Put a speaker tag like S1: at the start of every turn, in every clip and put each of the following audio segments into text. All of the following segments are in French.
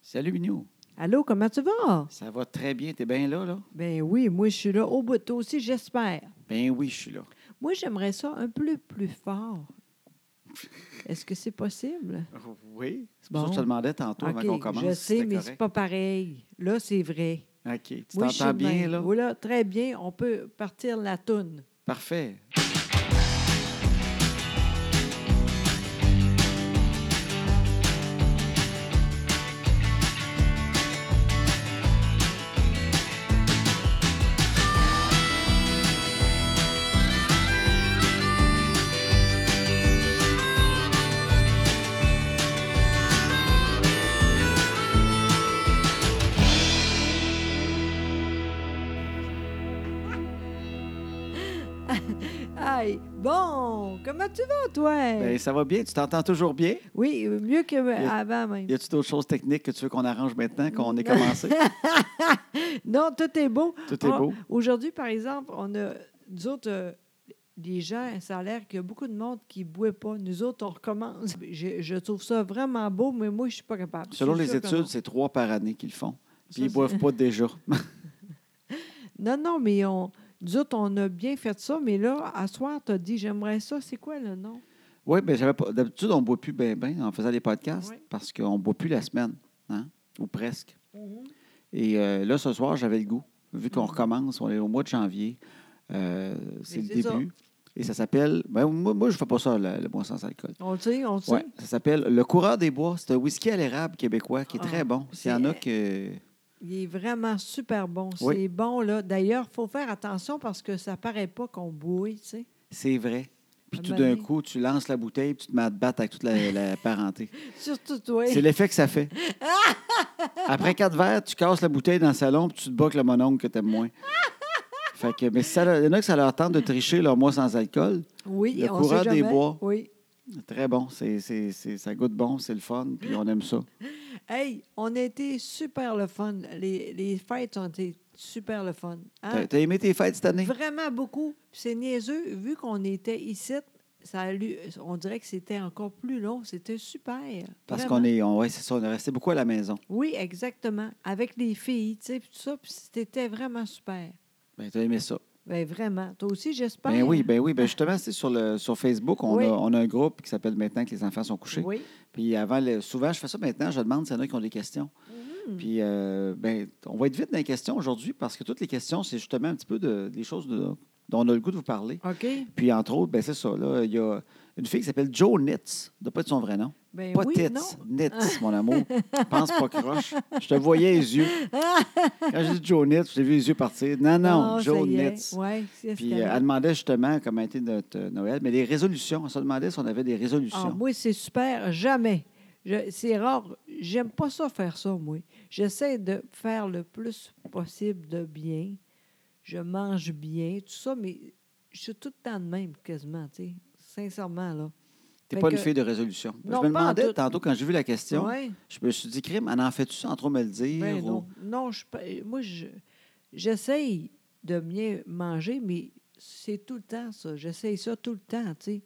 S1: Salut, Minou.
S2: Allô, comment tu vas?
S1: Ça va très bien. T'es bien là, là?
S2: Ben oui, moi, je suis là au bout. Toi aussi, j'espère.
S1: Ben oui, je suis là.
S2: Moi, j'aimerais ça un peu plus fort. Est-ce que c'est possible?
S1: Oui. C'est pour
S2: Bon.
S1: ça que je te demandais tantôt avant qu'on
S2: OK,
S1: commence.
S2: je
S1: si
S2: sais,
S1: c'était
S2: mais c'est
S1: correct.
S2: pas pareil. Là, c'est vrai.
S1: OK. Tu
S2: Moi, je
S1: t'entends
S2: suis de
S1: bien,
S2: même.
S1: là?
S2: Oui, là, très bien. On peut partir la toune.
S1: Parfait.
S2: Aïe! Bon, comment tu vas, toi?
S1: Ben, ça va bien. Tu t'entends toujours bien?
S2: oui, mieux
S1: a-
S2: qu'avant même.
S1: Y a-tu d'autres choses techniques que tu veux qu'on arrange maintenant, qu'on ait commencé?
S2: Non, tout est beau.
S1: Tout est
S2: Ah,
S1: beau.
S2: Aujourd'hui, par exemple, on a, nous autres, euh, les gens, ça a l'air qu'il y a beaucoup de monde qui ne boit pas. Nous autres, on recommence. Je, je trouve ça vraiment beau, mais moi, je ne suis pas capable.
S1: Selon
S2: Je suis
S1: les
S2: sûre que non.
S1: études, c'est trois par année qu'ils font.
S2: Ça,
S1: Puis ils
S2: c'est-
S1: boivent pas déjà.
S2: Non, non, mais on, nous autres, on a bien fait ça, mais là, à soir, tu as dit, j'aimerais ça. C'est quoi le nom?
S1: oui, ben j'avais pas. D'habitude, on ne boit plus ben ben en faisant des podcasts
S2: Ouais.
S1: parce qu'on ne boit plus la semaine, hein? Ou presque. Et euh, là, ce soir, j'avais le goût. Vu qu'on recommence, on est au mois de janvier. euh, c'est
S2: Mm. Mais
S1: le
S2: c'est ça.
S1: début. Et ça s'appelle. Ben, moi, moi, je ne fais pas ça, le, le bois sans alcool.
S2: On le sait, on le sait.
S1: Ouais, ça s'appelle Le Coureur des Bois. C'est un whisky à l'érable québécois qui est
S2: Ah,
S1: très bon. S'il y en a que.
S2: Il est vraiment super bon.
S1: Oui.
S2: C'est bon, là. D'ailleurs, il faut faire attention parce que ça paraît pas qu'on bouille, tu sais.
S1: C'est vrai. Puis
S2: Un
S1: tout
S2: moment
S1: d'un
S2: donné.
S1: coup, tu lances la bouteille puis tu te mets à te battre avec toute la, la parenté.
S2: Surtout toi.
S1: C'est l'effet que ça fait. Après quatre verres, tu casses la bouteille dans le salon puis tu te bats avec le mononcle que t'aimes moins. Fait que, mais si ça, leur- il y en a que ça leur tente de tricher leur mois sans alcool.
S2: Oui,
S1: le
S2: on sait
S1: courant des
S2: jamais.
S1: bois.
S2: Oui.
S1: Très bon. C'est, c'est- c'est- ça goûte bon, c'est le fun, puis
S2: Hein?
S1: on aime ça.
S2: Hey, on a été super le fun. Les, les fêtes ont été super le fun. hein?
S1: T'as, t'as aimé tes fêtes cette année?
S2: Vraiment beaucoup. C'est niaiseux. Vu qu'on était ici, ça a lu- on dirait que c'était encore plus long. C'était super.
S1: Parce
S2: Vraiment.
S1: qu'on est. on- ouais, c'est ça, on est resté beaucoup à la maison.
S2: Oui, exactement. Avec les filles, tu sais, puis tout ça. Puis c'était vraiment super.
S1: Ben, t'as aimé ça.
S2: Ben vraiment. Toi aussi, j'espère.
S1: Ben oui, ben oui. Ben justement, c'est sur, le, sur Facebook, on,
S2: Hein? Oui.
S1: a, on a un groupe qui s'appelle Maintenant que les enfants sont couchés.
S2: Oui.
S1: Puis avant, le- souvent, je fais ça maintenant, je demande s'il y en a qui ont des questions.
S2: Mm.
S1: Puis, euh, ben, on va être vite dans les questions aujourd'hui parce que toutes les questions, c'est justement un petit peu de- des choses de- dont on a le goût de vous parler.
S2: OK.
S1: Puis, entre autres, ben, c'est ça. Là, il y a une fille qui s'appelle Joe Nitz. Ça doit pas être son vrai nom.
S2: Ben
S1: Pas
S2: oui,
S1: Titz,
S2: non.
S1: Nitz, mon amour. Pense pas croche. Je te voyais les yeux. Quand j'ai dit Joe Nitz, j'ai vu les yeux partir. Non, non,
S2: Ah, ça
S1: Joe
S2: y est.
S1: Nitz.
S2: Ouais, c'est
S1: Puis
S2: ce
S1: euh,
S2: qu'elle a.
S1: elle demandait justement comment était notre euh, Noël, mais les résolutions. On se demandait si on avait des
S2: Ah,
S1: résolutions.
S2: moi, c'est super. Jamais. Je- C'est rare. J'aime pas ça faire ça, moi. J'essaie de faire le plus possible de bien. Je mange bien, tout ça, mais je suis tout le temps de même, quasiment, tu sais. Sincèrement, là.
S1: T'es
S2: fait
S1: pas une
S2: ben que-
S1: fille de résolution.
S2: Non,
S1: je me
S2: pas en
S1: demandais
S2: tout.
S1: tantôt quand j'ai vu la question,
S2: Ouais,
S1: je me suis dit, crime, elle en fait-tu sans trop me le dire?
S2: ben
S1: ou-
S2: non. Non, je suis pas- moi, je- j'essaye de bien manger, mais c'est tout le temps ça. J'essaye ça tout le temps, tu sais.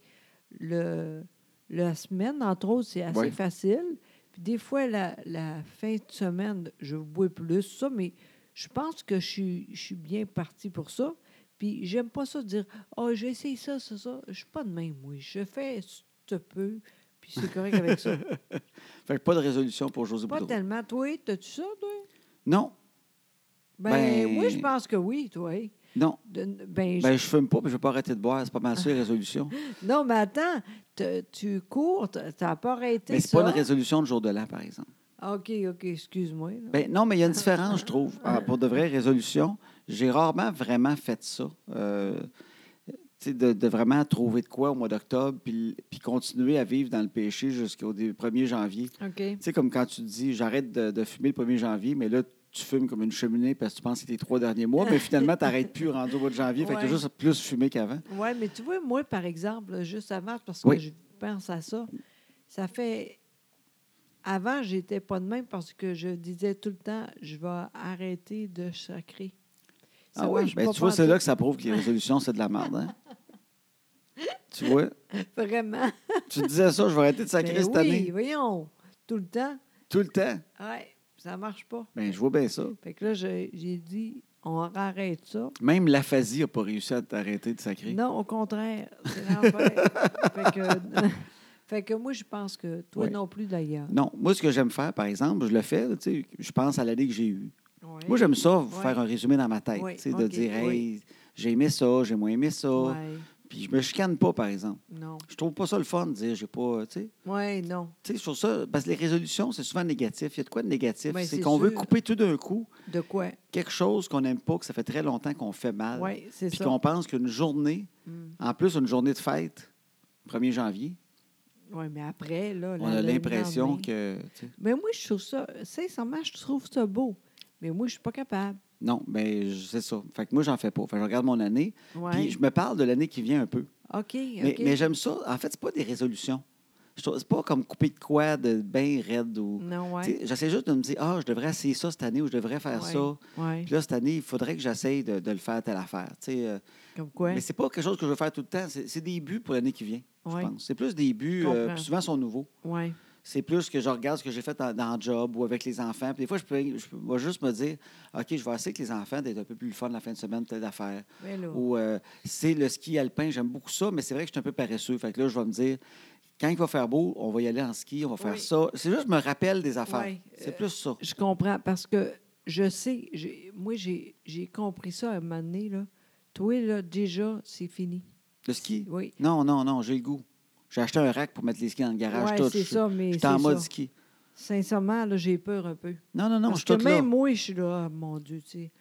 S2: Le, la semaine, entre autres, c'est assez
S1: Ouais.
S2: facile. Puis des fois, la, la fin de semaine, je bois plus, ça, mais je pense que je suis, je suis bien partie pour ça. Puis j'aime pas ça dire « Ah, oh, j'ai essayé ça, ça, ça. » Je suis pas de même, oui. Je fais ce que peu, puis c'est correct avec ça.
S1: Fait que pas de résolution pour José
S2: pas
S1: Boudreau.
S2: tellement. Toi, t'as-tu ça, toi?
S1: Non,
S2: Ben,
S1: Ben-
S2: moi, je pense que oui, toi.
S1: non.
S2: De- ben, je-
S1: Ben, je fume pas, mais je vais pas arrêter de boire. C'est pas ma seule résolution.
S2: non, mais attends, te- tu cours, t- t'as pas arrêté
S1: mais c'est
S2: ça.
S1: pas une résolution de jour de l'an, par exemple.
S2: OK, OK, excuse-moi. là.
S1: Ben, non, mais il y a une différence, je trouve. Ah, pour de vraies résolutions, j'ai rarement vraiment fait ça. Euh, tu sais, de, de vraiment trouver de quoi au mois d'octobre, puis, puis continuer à vivre dans le péché jusqu'au dé- 1er janvier. Tu
S2: OK.
S1: sais, comme quand tu te dis j'arrête de, de fumer le 1er janvier, mais là, tu fumes comme une cheminée parce que tu penses que c'est tes trois derniers mois, mais finalement, tu n'arrêtes plus rendu au mois de janvier. Fait que tu
S2: Ouais.
S1: juste plus fumé qu'avant.
S2: Oui, mais tu vois, moi, par exemple, là, juste avant, parce que
S1: Oui.
S2: je pense à ça, ça fait. Avant, j'étais pas de même parce que je disais tout le temps, je vais arrêter de sacrer. Ça
S1: Ah oui,
S2: marche
S1: ben,
S2: pas
S1: tu vois,
S2: pantoute.
S1: c'est là que ça prouve que les résolutions, c'est de la merde. hein? tu vois,
S2: Vraiment.
S1: tu te disais ça, je vais arrêter de sacrer
S2: Ben
S1: cette
S2: oui,
S1: année.
S2: voyons, tout le temps.
S1: Tout le temps.
S2: Ouais, ça marche pas.
S1: Bien, je vois bien ça.
S2: Fait que là, j'ai j'ai dit, on arrête ça.
S1: Même l'aphasie n'a pas réussi à t'arrêter de sacrer.
S2: Non, au contraire, c'est l'enfer. fait, que, fait que moi, je pense que toi
S1: Ouais.
S2: non plus, d'ailleurs.
S1: Non, moi, ce que j'aime faire, par exemple, je le fais, là, tu sais, je pense à l'année que j'ai eue.
S2: Ouais.
S1: Moi, j'aime ça,
S2: Ouais.
S1: faire un résumé dans ma tête,
S2: Oui,
S1: tu sais, de
S2: ok,
S1: dire, hey,
S2: oui.
S1: j'ai aimé ça, j'ai moins aimé ça.
S2: Ouais,
S1: Puis je me chicane pas, par exemple.
S2: non.
S1: Je trouve pas ça le fun de dire, j'ai pas, tu sais.
S2: Ouais, non.
S1: Tu sais, sur ça, parce que les résolutions, c'est souvent négatif. Il y a de quoi de négatif?
S2: Ben,
S1: c'est
S2: c'est
S1: qu'on veut
S2: sûr.
S1: couper tout d'un coup
S2: De quoi?
S1: quelque chose qu'on n'aime pas, que ça fait très longtemps qu'on fait mal.
S2: Oui, c'est
S1: Euh, puis
S2: ça. Mm.
S1: qu'on pense qu'une journée, en plus une journée de fête, 1er janvier,
S2: Oui, mais après, là.
S1: on
S2: la-
S1: a
S2: le
S1: l'impression
S2: lendemain-
S1: que. tu sais,
S2: Mais moi, je trouve ça. Sincèrement, je trouve ça beau. Mais moi, je suis pas capable.
S1: Non, mais je- c'est ça. Fait que moi, j'en fais pas. Fait que je regarde mon année.
S2: Ouais.
S1: Puis je me parle de l'année qui vient un peu.
S2: OK,
S1: Mais,
S2: OK.
S1: mais j'aime ça. En fait, c'est pas des résolutions. Je trouve- C'est pas comme couper de quoi de bien raide ou.
S2: Non,
S1: Tu
S2: Mm, ouais.
S1: sais, J'essaie juste de me dire Ah, je devrais essayer ça cette année ou je devrais faire
S2: Ouais.
S1: ça.
S2: Ouais.
S1: Puis là, cette année, il faudrait que j'essaye de, de le faire telle affaire. tu sais, euh,
S2: Comme quoi?
S1: Mais c'est pas quelque chose que je veux faire tout le temps. C'est c'est des buts pour l'année qui vient,
S2: Ouais.
S1: je pense. C'est plus des buts,
S2: Je
S1: euh,
S2: comprends.
S1: puis souvent, sont nouveaux.
S2: Ouais.
S1: C'est plus que je regarde ce que j'ai fait dans, dans le job ou avec les enfants. Puis des fois, je peux, je peux- moi, juste me dire OK, je vais essayer avec les enfants d'être un peu plus le fun la fin de semaine, telle affaire.
S2: Mais là.
S1: Ou euh, c'est le ski alpin, j'aime beaucoup ça, mais c'est vrai que je suis un peu paresseux. Fait que là, je vais me dire quand il va faire beau, on va y aller en ski, on va faire
S2: Oui.
S1: ça. C'est juste, je me rappelle des affaires.
S2: Ouais,
S1: C'est
S2: euh,
S1: plus ça.
S2: Je comprends parce que je sais, j'ai- moi, j'ai j'ai compris ça à un moment donné, là. Toi, là, déjà, c'est fini.
S1: Le ski
S2: Oui.
S1: Non, non, non, j'ai le goût. J'ai acheté un rack pour mettre les skis dans le garage.
S2: Ouais,
S1: tout.
S2: c'est
S1: Je-
S2: ça, mais
S1: J'étais en
S2: c'est
S1: mode
S2: ça.
S1: ski.
S2: Sincèrement, là, j'ai peur un peu.
S1: Non, non, non,
S2: Parce
S1: je suis
S2: que
S1: tout là.
S2: même moi, je suis là, Ah, mon Dieu, tu sais.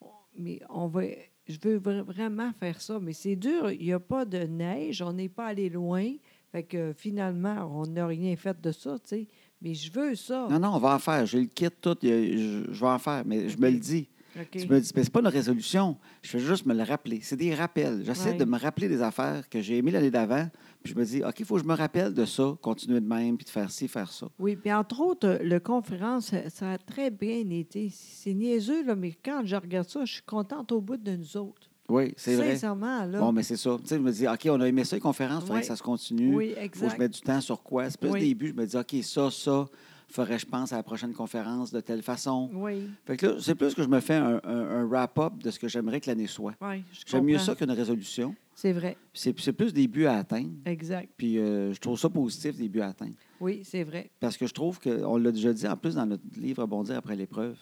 S2: On- Mais on va, je veux vra- vraiment faire ça, mais c'est dur. Il n'y a pas de neige, on n'est pas allé loin. Fait que finalement, on n'a rien fait de ça, tu sais. Mais je veux ça.
S1: Non, non, on va en faire. J'ai le kit tout. il y a- Je, je vais en faire, mais je me le dis.
S2: OK.
S1: Tu me dis, mais c'est pas une résolution. Je fais juste me le rappeler. C'est des rappels. J'essaie
S2: Ouais.
S1: de me rappeler des affaires que j'ai aimées l'année d'avant. Puis je me dis, OK, il faut que je me rappelle de ça, continuer de même, puis de faire ci, faire ça.
S2: Oui, puis entre autres, euh, le conférence, ça- ça a très bien été. C'est niaiseux, là, mais quand je regarde ça, je suis contente au bout de nous autres.
S1: Oui, c'est vrai.
S2: Sincèrement, là.
S1: Bon, mais c'est ça. Tu sais, je me dis, OK, on a aimé ça, les conférences, il faudrait
S2: Ouais.
S1: que ça se continue.
S2: oui,
S1: Il faut que je
S2: exact.
S1: mette du temps sur quoi. C'est plus
S2: Oui.
S1: des buts. Je me dis, OK, ça, ça, faudrait, je pense, à la prochaine conférence de telle façon.
S2: Oui,
S1: Fait que là, c'est plus que je me fais un, un- un wrap-up de ce que j'aimerais que l'année soit.
S2: oui, je comprends.
S1: J'aime mieux ça qu'une résolution.
S2: C'est vrai,
S1: C'est c'est plus des buts à atteindre.
S2: exact.
S1: Puis euh, je trouve ça positif, des buts à atteindre.
S2: Oui, c'est vrai.
S1: Parce que je trouve que, on l'a déjà dit en plus dans notre livre Rebondir après l'épreuve.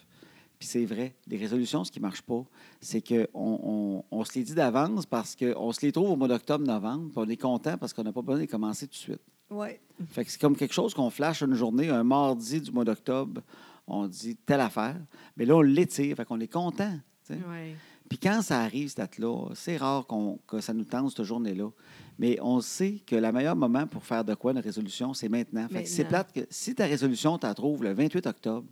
S1: Puis c'est vrai, les résolutions, ce qui ne marche pas, c'est qu'on on, on se les dit d'avance parce qu'on se les trouve au mois d'octobre, novembre, puis on est content parce qu'on n'a pas besoin de les commencer tout de suite.
S2: Oui,
S1: Fait que c'est comme quelque chose qu'on flash une journée, un mardi du mois d'octobre, on dit telle affaire, mais là, on l'étire, fait qu'on est content. tu sais.
S2: oui.
S1: Puis quand ça arrive, cette date-là, c'est rare qu'on- que ça nous tente, cette journée-là. Mais on sait que le meilleur moment pour faire de quoi une résolution, c'est maintenant. Fait que c'est
S2: Maintenant.
S1: plate que si ta résolution, tu la trouves le 28 octobre,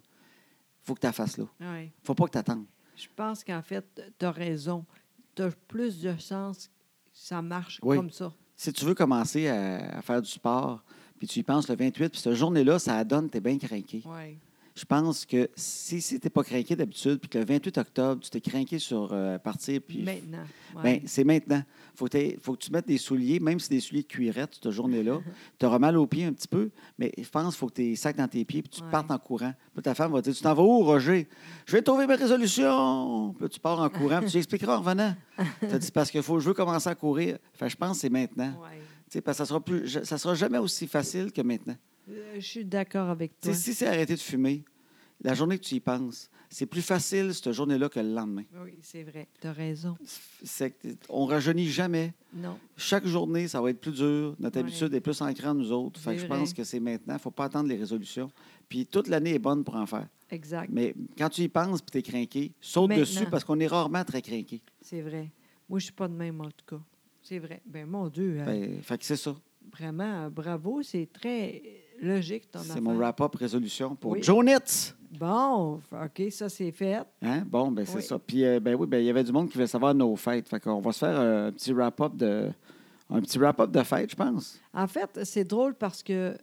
S1: faut que tu la fasses là.
S2: oui.
S1: faut pas que tu attendes.
S2: Je pense qu'en fait, tu as raison. Tu as plus de chance que ça marche
S1: Oui.
S2: comme ça.
S1: Si tu veux commencer à, à faire du sport, puis tu y penses le 28, puis cette journée-là, ça la donne, tu es bien craqué.
S2: Oui,
S1: Je pense que si, si tu pas craqué d'habitude, puis que le 28 octobre, tu t'es craqué sur euh, partir, puis ben,
S2: maintenant. Ouais.
S1: Bien, c'est maintenant. Il faut, que t'aies- faut que tu mettes des souliers, même si des souliers de cuirette cette journée-là. tu auras mal aux pieds un petit peu, mais je pense qu'il faut que tu sacs dans tes pieds puis tu
S2: Ouais.
S1: partes en courant. Puis là, ta femme va dire Tu t'en vas où, Roger Je vais trouver mes résolutions. Puis là, tu pars en courant, puis tu expliqueras en revenant. Tu as dit Parce que faut, je veux commencer à courir. Fait que je pense que c'est maintenant.
S2: Ouais.
S1: Tu sais, Parce que ça sera plus, je- ça sera jamais aussi facile que maintenant.
S2: Euh, Je suis d'accord avec
S1: Tu
S2: toi.
S1: sais, Si c'est arrêter de fumer, la journée que tu y penses, c'est plus facile cette journée-là que le lendemain.
S2: Oui, c'est vrai. Tu as raison.
S1: C'est que- on rajeunit jamais.
S2: Non.
S1: Chaque journée, ça va être plus dur. Notre
S2: Ouais.
S1: habitude est plus ancrée en nous autres. Fait que
S2: C'est
S1: je
S2: vrai.
S1: pense que c'est maintenant. Il ne faut pas attendre les résolutions. Puis toute l'année est bonne pour en faire.
S2: Exact.
S1: Mais quand tu y penses puis tu es craqué, saute
S2: Maintenant.
S1: dessus parce qu'on est rarement très craqué.
S2: C'est vrai. Moi, je suis pas de même, en tout cas. C'est vrai. Ben mon Dieu, euh,
S1: Ben, fait que c'est ça.
S2: vraiment, euh, bravo. C'est très euh, logique, ton
S1: C'est
S2: affaire.
S1: mon wrap-up résolution pour
S2: Oui.
S1: Jonitz.
S2: Bon, f- OK, ça, c'est fait.
S1: Hein? Bon, ben c'est
S2: Oui.
S1: ça. Puis euh, ben oui, ben il y avait du monde qui voulait savoir nos fêtes. Fait qu'on va se faire euh, un petit wrap-up de un petit wrap-up de fête, je pense.
S2: En fait, c'est drôle parce que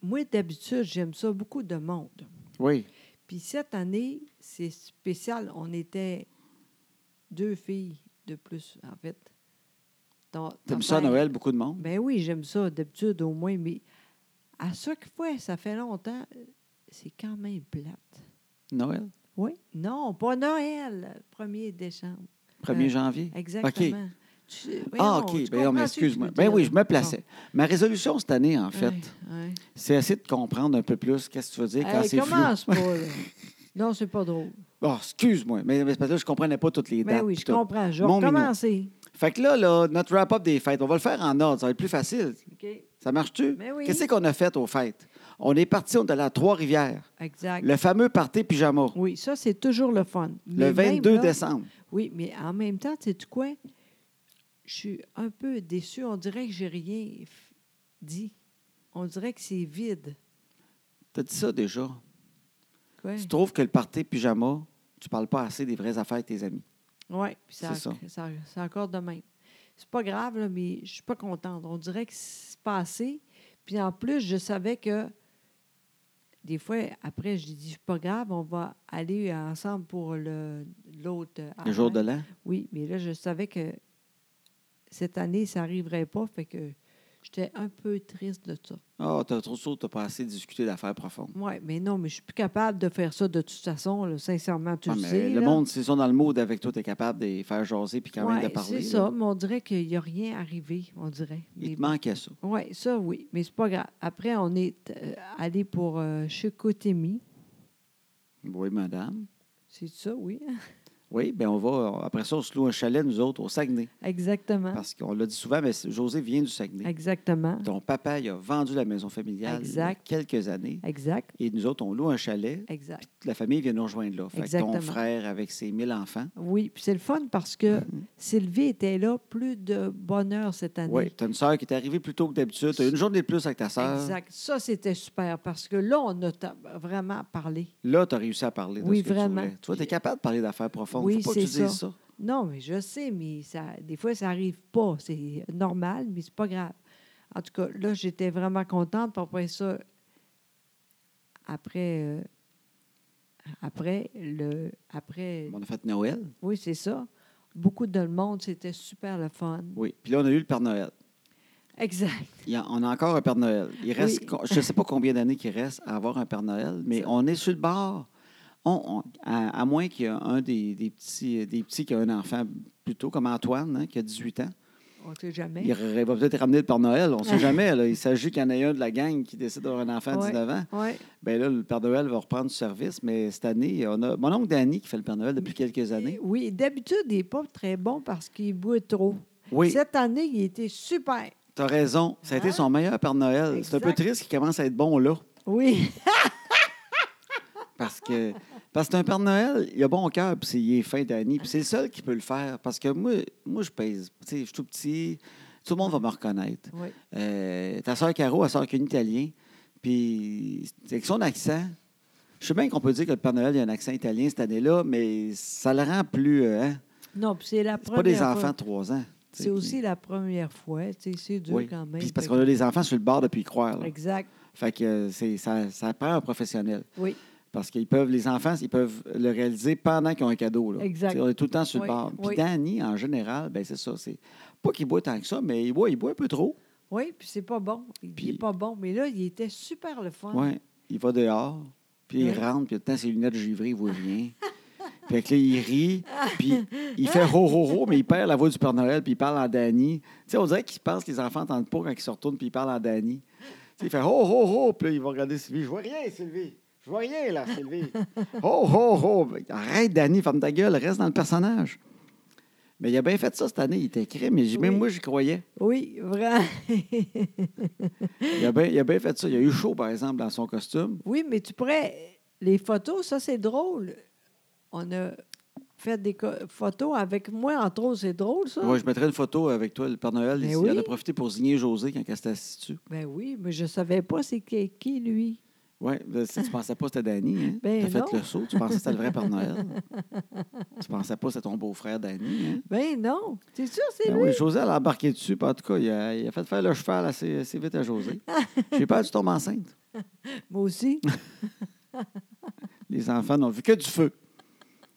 S2: moi, d'habitude, j'aime ça beaucoup de monde.
S1: Oui.
S2: Puis cette année, c'est spécial. On était deux filles de plus, en fait. Ton- ton
S1: T'aimes ça
S2: père-
S1: Noël, beaucoup de monde?
S2: Ben oui, j'aime ça d'habitude au moins, mais à chaque fois, ça fait longtemps, c'est euh, quand même plate.
S1: Noël?
S2: Oui. Non, pas Noël, 1er décembre.
S1: 1er
S2: Euh,
S1: janvier?
S2: Exactement.
S1: OK.
S2: Tu-
S1: Ah,
S2: voyons, tu
S1: OK. Ben, non, mais
S2: comprends-tu ce que
S1: excuse-moi.
S2: veux
S1: Ben
S2: dire?
S1: oui, je me plaçais. Ma résolution cette année, en
S2: Bon.
S1: fait,
S2: Ouais, ouais.
S1: c'est essayer de comprendre un peu plus qu'est-ce que tu veux dire quand
S2: Hey,
S1: c'est flou.
S2: commence pas, là. Non, c'est pas drôle.
S1: Oh, excuse-moi, mais, mais c'est parce que là, je ne comprenais pas toutes les dates.
S2: Ben oui,
S1: puis
S2: je
S1: tout.
S2: comprends. Je vais
S1: Mon minou.
S2: recommencer.
S1: Fait que là, là, notre wrap-up des fêtes, on va le faire en ordre, ça va être plus facile.
S2: OK.
S1: Ça marche-tu?
S2: Ben oui.
S1: Qu'est-ce qu'on a fait aux fêtes? On est parti, on est allé à Trois-Rivières.
S2: Exact.
S1: Le fameux party pyjama,
S2: Oui, ça, c'est toujours le fun.
S1: le
S2: Mais même
S1: 22
S2: là-
S1: décembre.
S2: Oui, mais en même temps, tu sais quoi? Je suis un peu déçue. On dirait que j'ai rien f- dit. On dirait que c'est vide.
S1: T'as dit ça déjà.
S2: Quoi?
S1: Tu trouves que le party pyjama, tu parles pas assez des vraies affaires avec tes amis.
S2: Oui, puis ça,
S1: C'est
S2: ça.
S1: ça.
S2: c'est encore de même. C'est pas grave, là, mais je suis pas contente. On dirait que c'est passé. Puis en plus, je savais que des fois, après, je dis, c'est pas grave, on va aller ensemble pour le- l'autre. euh,
S1: le jour
S2: avant.
S1: de l'an.
S2: Oui, mais là, je savais que cette année, ça n'arriverait pas. Fait que j'étais un peu triste de ça.
S1: Ah, t'as trop sûr, t'as pas assez discuté d'affaires profondes.
S2: Oui, mais non, mais je suis plus capable de faire ça de toute façon, là, sincèrement, tu
S1: Ah,
S2: le
S1: mais
S2: sais.
S1: le
S2: là.
S1: monde, s'ils sont dans le mood avec toi, t'es capable de les faire jaser puis quand même de
S2: Ouais,
S1: parler.
S2: C'est
S1: là.
S2: ça, mais on dirait qu'il n'y a rien arrivé, on dirait.
S1: Il te manquait ça.
S2: Oui, ça, oui, mais c'est pas grave. Après, on est euh, allé pour euh, Chicoutimi.
S1: Oui, madame.
S2: C'est ça, oui. hein?
S1: Oui, bien, on va. Après ça, on se loue un chalet, nous autres, au Saguenay.
S2: Exactement.
S1: Parce qu'on l'a dit souvent, mais José vient du Saguenay.
S2: Exactement.
S1: Ton papa, il a vendu la maison familiale
S2: Exact.
S1: il y a quelques années.
S2: Exact.
S1: Et nous autres, on loue un chalet.
S2: Exact.
S1: Toute la famille vient nous rejoindre là. Fait que ton
S2: Exactement.
S1: frère avec ses mille enfants.
S2: Oui, puis c'est le fun parce que
S1: Mhm.
S2: Sylvie était là plus de bonheur cette année.
S1: Oui, tu as une sœur qui est arrivée plus tôt que d'habitude. Tu as une journée de plus avec ta sœur.
S2: Exact. Ça, c'était super parce que là, on a ta- vraiment parlé.
S1: Là, tu as réussi à parler de
S2: Oui,
S1: ce que
S2: vraiment.
S1: tu voulais. Tu vois, tu es capable de parler d'affaires profondes.
S2: Oui,
S1: Faut pas que tu
S2: c'est
S1: dises
S2: ça.
S1: ça.
S2: Non, mais je sais, mais ça, des fois, ça n'arrive pas. C'est normal, mais c'est pas grave. En tout cas, là, j'étais vraiment contente. Puis après ça, après, euh, après, le, après
S1: On a fait Noël.
S2: oui, c'est ça. Beaucoup de le monde, c'était super le fun.
S1: Oui. Puis là, on a eu le Père Noël.
S2: Exact.
S1: Il y a- on a encore un Père Noël. Il reste,
S2: Oui.
S1: co- je ne sais pas combien d'années qu'il reste à avoir un Père Noël, mais on est sur le bord. On- on- à, à moins qu'il y ait un des, des petits, des petits qui a un enfant plus tôt, comme Antoine, hein, qui a 18 ans.
S2: On ne sait jamais.
S1: Il, r- il va peut-être ramener le Père Noël, on ne sait jamais. là. Il s'agit qu'il y en ait un de la gang qui décide d'avoir un enfant à
S2: Ouais.
S1: 19 ans.
S2: Oui.
S1: Bien là, le Père Noël va reprendre du service, mais cette année, on a mon oncle Danny qui fait le Père Noël depuis quelques années.
S2: Oui, d'habitude, il n'est pas très bon parce qu'il boit trop.
S1: Oui,
S2: Cette année, il était super.
S1: tu as raison. Ça a été
S2: Hein?
S1: son meilleur Père Noël. C'est un peu
S2: Exact.
S1: triste qu'il commence à être bon là.
S2: Oui.
S1: Parce que parce que un Père Noël, il a bon cœur, puis c'est- il est fin d'année, puis c'est le seul qui peut le faire. Parce que moi, moi je pèse. Tu sais, je suis tout petit, tout le monde va me reconnaître.
S2: oui.
S1: Euh, ta soeur Caro, elle sort qu'un Italien, puis avec son accent, je sais bien qu'on peut dire que le Père Noël il a un accent italien cette année-là, mais ça le rend plus. euh, hein?
S2: Non, puis c'est la
S1: C'est
S2: première
S1: pas des
S2: fois.
S1: enfants de 3 ans. tu sais,
S2: C'est
S1: puis-
S2: aussi la première fois. tu sais, C'est dur
S1: oui.
S2: quand même.
S1: Puis c'est parce
S2: Fait
S1: qu'on a des enfants sur le bord depuis croire.
S2: que-
S1: là.
S2: Exact.
S1: Fait que euh, c'est- ça, ça prend un professionnel.
S2: Oui.
S1: Parce qu'ils peuvent, les enfants, ils peuvent le réaliser pendant qu'ils ont un cadeau. Là.
S2: Exact.
S1: Tu sais, On est tout le temps sur le
S2: Oui,
S1: bord. Puis
S2: oui.
S1: Danny, en général, ben c'est ça. C'est pas qu'il boit tant que ça, mais il boit, il boit un peu trop.
S2: Oui, puis c'est pas bon. Il
S1: Puis-
S2: n'est pas bon. Mais là, il était super le fun.
S1: Ouais. Il va dehors, puis
S2: Oui.
S1: il rentre, puis il a tout le temps ses lunettes givrées, il voit rien. Fait que là, il rit, puis il fait ho ho ho, mais il perd la voix du Père Noël, puis il parle en Danny. Tu sais, on dirait qu'il pense que les enfants n'entendent pas quand ils se retournent, puis ils parlent en Danny. Tu sais, il fait ho ho ho, puis là, il va regarder Sylvie. Je vois rien, Sylvie. Je vois rien, là, Sylvie. ho ho ho. Arrête, Danny, ferme ta gueule, reste dans le personnage. Mais il a bien fait ça cette année, il était écrit, mais j- même
S2: Oui.
S1: moi, j'y croyais.
S2: Oui, vraiment.
S1: Il a bien il a bien fait ça. Il a eu chaud, par exemple, dans son costume.
S2: oui, mais tu pourrais. Les photos, ça, c'est drôle. On a fait des co- photos avec moi, entre autres. C'est drôle, ça.
S1: Oui, je mettrai une photo avec toi, le Père Noël.
S2: Ben
S1: ici.
S2: oui.
S1: Il en a profité pour signer José quand elle s'est assise dessus.
S2: Ben oui, mais je savais pas c'est qui, qui, lui.
S1: Oui, tu ne pensais pas que c'était Danny. Hein?
S2: Ben
S1: tu as fait
S2: non.
S1: le saut. Tu pensais que c'était le vrai Père Noël. tu pensais pas que c'était ton beau-frère Danny. Hein?
S2: Ben non. C'est sûr, c'est
S1: Ben
S2: lui.
S1: oui, José, elle a embarqué dessus. puis en tout cas, il a, il a fait faire le cheval assez, assez vite à José. J'ai peur que tu tombes enceinte.
S2: Moi aussi.
S1: Les enfants n'ont vu que du feu.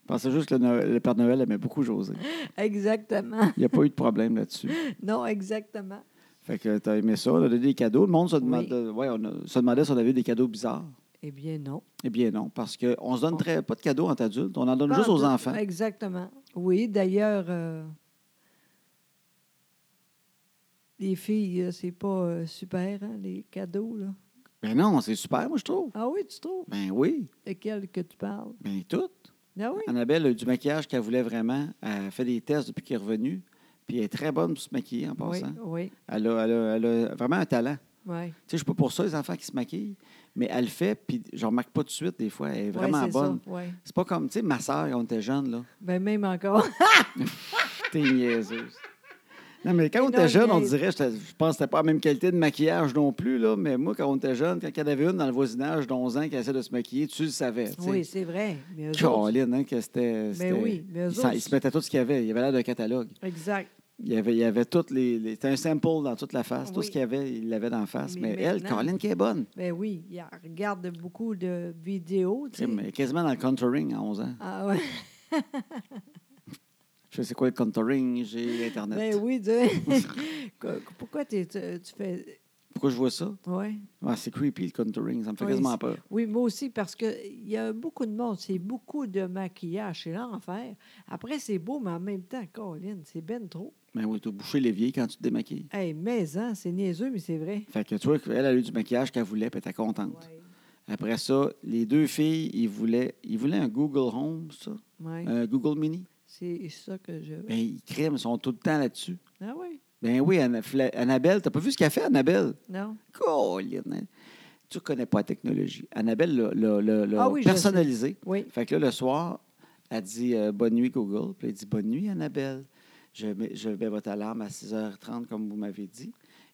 S1: Je pensais juste que le, Noël- le Père Noël aimait beaucoup José.
S2: exactement.
S1: Il n'y a pas eu de problème là-dessus.
S2: Non, exactement.
S1: Fait que tu as aimé ça. On a donné des cadeaux. Le monde se, demande-
S2: Oui.
S1: ouais, on a- se demandait si on avait des cadeaux bizarres.
S2: Eh bien, non.
S1: Eh bien non, parce qu'on ne se donne très- pas de cadeaux entre adultes, on en donne
S2: Pas
S1: juste
S2: en ben.
S1: aux
S2: tout.
S1: enfants.
S2: Exactement. Oui, d'ailleurs, euh, les filles, euh, c'est pas euh, super, hein, les cadeaux, là.
S1: Ben non, c'est super, moi, je trouve.
S2: Ah oui, tu trouves?
S1: Ben oui,
S2: Lesquels que tu parles?
S1: ben tout.
S2: Ah oui?
S1: Annabelle a eu du maquillage qu'elle voulait vraiment. Elle a fait des tests depuis qu'elle est revenue. Puis elle est très bonne pour se maquiller Ah, en
S2: Oui,
S1: passant.
S2: oui,
S1: Elle, a, elle a- elle a vraiment un talent. Tu
S2: oui.
S1: sais, je suis pas pour ça, les enfants qui se maquillent, mais elle le fait, puis je remarque pas tout de suite, des fois, elle est vraiment
S2: c'est
S1: bonne.
S2: Ça, ouais.
S1: C'est pas comme, tu sais, ma soeur, quand on était jeune, là.
S2: Ben, même encore.
S1: T'es niaiseuse. Non, mais quand
S2: Mais
S1: on
S2: non,
S1: était jeune, on
S2: niaise.
S1: dirait, j'étais- je pense que c'était pas la même qualité de maquillage non plus, là, mais moi, quand on était jeune, quand il y en avait une dans le voisinage d'11 ans qui essaie de se maquiller, tu le savais. tu sais.
S2: oui, c'est vrai. Mais eux autres, Ben
S1: Caroline, hein, que c'était. c'était-
S2: oui, mais eux
S1: ils s'en-
S2: autres-
S1: ils se mettaient tout ce qu'il y avait. Il y avait l'air d'un catalogue.
S2: exact.
S1: Il y avait, il y avait toutes les. les- C'était un sample dans toute la face. Tout
S2: Oui.
S1: ce qu'il y avait, il l'avait dans la face.
S2: Mais
S1: Mais, elle,
S2: maintenant-
S1: Caroline, qui est bonne.
S2: Ben oui, il regarde beaucoup de vidéos.
S1: Tu
S2: tu
S1: sais,
S2: sais.
S1: Eh, mais quasiment dans le contouring à 11 ans.
S2: Ah ouais.
S1: Je sais quoi le contouring, j'ai Internet.
S2: Ben oui, tu- Qu- Pourquoi t'es- tu, tu fais.
S1: Pourquoi je vois ça?
S2: Ouais.
S1: Ah, c'est creepy le contouring, ça me fait
S2: Oui,
S1: quasiment
S2: c'est-
S1: peur.
S2: Oui, moi aussi, parce qu'il y a beaucoup de monde. C'est beaucoup de maquillage. C'est l'enfer. Après, c'est beau, mais en même temps, Colin, c'est ben trop.
S1: Mais oui, t'as bouché l'évier quand tu te démaquilles.
S2: Hey, mais hein, c'est niaiseux, mais c'est vrai.
S1: Fait que tu vois qu'elle elle a eu du maquillage qu'elle voulait, puis elle était contente. Après ça, les deux filles, ils voulaient, ils voulaient un Google Home, ça?
S2: Ouais.
S1: Un Google Mini?
S2: C'est ça que je.
S1: Ben, ils criment, ils sont tout le temps là-dessus.
S2: Ah oui?
S1: Ben oui, Anna- Fla- Annabelle, t'as pas vu ce qu'elle a fait, Annabelle?
S2: Non?
S1: Colline, hein? Tu connais pas la technologie. Annabelle l'a- l'a l'a- l'a
S2: Ah oui, je
S1: personnalisé.
S2: Oui.
S1: Fait que là, le soir, elle dit euh, Bonne nuit, Google. Puis elle dit Bonne nuit, Annabelle. Je mets, je mets votre alarme à 6h30, comme vous m'avez dit,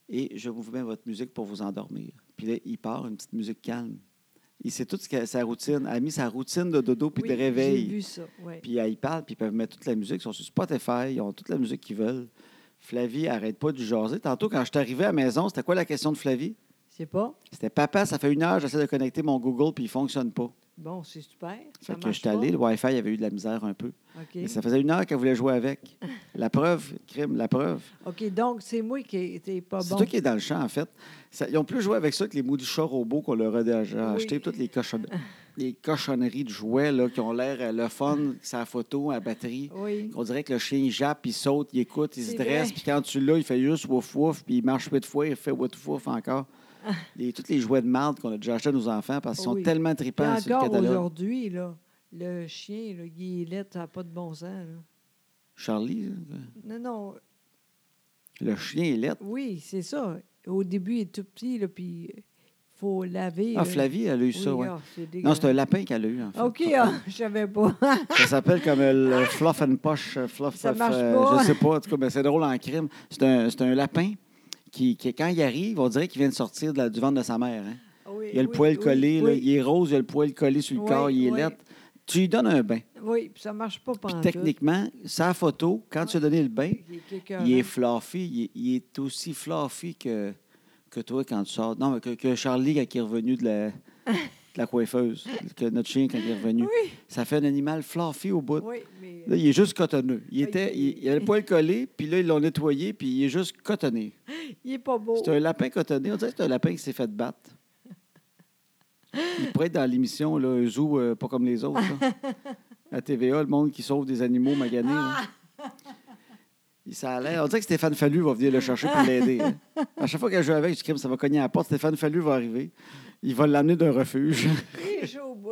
S1: et je vous mets votre musique pour vous endormir. Puis là, il part une petite musique calme. Il sait tout ce que sa routine. Elle a mis sa routine de dodo puis
S2: Oui,
S1: de réveil.
S2: J'ai vu ça, oui.
S1: Puis euh, ils parlent, puis ils peuvent mettre toute la musique. Ils sont sur Spotify, ils ont toute la musique qu'ils veulent. Flavie, arrête pas de jaser. Tantôt, quand je suis arrivé à la maison, c'était quoi la question de Flavie?
S2: C'est pas?
S1: C'était Papa, ça fait une heure, j'essaie de connecter mon Google, puis il fonctionne pas.
S2: Bon, c'est super.
S1: Fait
S2: ça
S1: que
S2: marche
S1: je suis allé, le Wi-Fi avait eu de la misère un peu.
S2: pas. OK.
S1: Et ça faisait une heure qu'elle voulait jouer avec. La preuve, crime, la preuve.
S2: OK, donc c'est moi qui n'étais pas
S1: c'est
S2: bon.
S1: toi qui es dans le champ, en fait. Ça- ils ont plus joué avec ça que les mots du chat robot qu'on leur a déjà
S2: Oui.
S1: acheté, toutes les, cochon- les cochonneries de jouets là, qui ont l'air euh, le fun, sa photo, à batterie.
S2: Oui.
S1: On dirait que le chien il jappe, il saute, il écoute, il se
S2: C'est
S1: dresse,
S2: vrai.
S1: puis quand tu l'as, il fait juste wouf wouf, puis il marche huit fois, il fait wouf wouf encore. Les, toutes les jouets de marde qu'on a déjà achetés à nos enfants parce qu'ils sont
S2: Oui.
S1: tellement
S2: Puis
S1: tripants sur le
S2: encore
S1: catalogue.
S2: aujourd'hui, là, le chien, là, il est laid, ça n'a pas de bon sens. là.
S1: Charlie, là,
S2: Non, non,
S1: le chien est lettre.
S2: oui, c'est ça. Au début, il est tout petit, là, puis il faut laver.
S1: Ah,
S2: là.
S1: Flavie, elle a eu ça,
S2: euh, Oui,
S1: ouais.
S2: ah, c'est
S1: Non, c'est un
S2: dégueulasse.
S1: lapin qu'elle a eu, en fait.
S2: OK, ah, je ne savais pas.
S1: Ça s'appelle comme euh, le fluff and poche. euh, Fluff,
S2: Ça
S1: puff,
S2: marche
S1: euh,
S2: pas.
S1: Je sais pas, en tout cas, mais c'est drôle en crime. C'est un, c'est un lapin qui, qui, quand il arrive, on dirait qu'il vient de sortir de la- du ventre de sa mère. hein.
S2: Oui,
S1: Il a le
S2: oui,
S1: poil
S2: oui,
S1: collé, là,
S2: oui.
S1: il est rose, il a le poil collé sur le
S2: Oui,
S1: corps, il est
S2: oui.
S1: lettre. Tu lui donnes un bain.
S2: Oui, puis ça ne marche pas
S1: Puis
S2: pendant
S1: techniquement, sa photo, quand tu as donné le bain,
S2: Il est, quelqu'un,
S1: il est
S2: hein.
S1: fluffy. Il est, il est aussi fluffy que, que toi quand tu sors. Non, mais que, que Charlie quand il est revenu de la, de la coiffeuse. Que notre chien quand il est revenu.
S2: Oui.
S1: Ça fait un animal fluffy au bout.
S2: Oui, mais
S1: Là, il est juste cotonneux. Il,
S2: Ah,
S1: était,
S2: il-
S1: il, il avait le poil collé, puis là, ils l'ont nettoyé, puis il est juste cotonné.
S2: il n'est pas beau.
S1: C'est un lapin cotonné. On dirait que c'est un lapin qui s'est fait battre. Il pourrait être dans l'émission là, un zoo euh, pas comme les autres. là. À TVA, le monde qui sauve des animaux maganés. là. Il- Ça a l'air. On dirait que Stéphane Fallu va venir le chercher pour l'aider. hein. À chaque fois qu'elle joue avec, je crime, ça va cogner à la porte. Stéphane Fallu va arriver. Il va l'amener d'un refuge.
S2: Il est chaud au bout.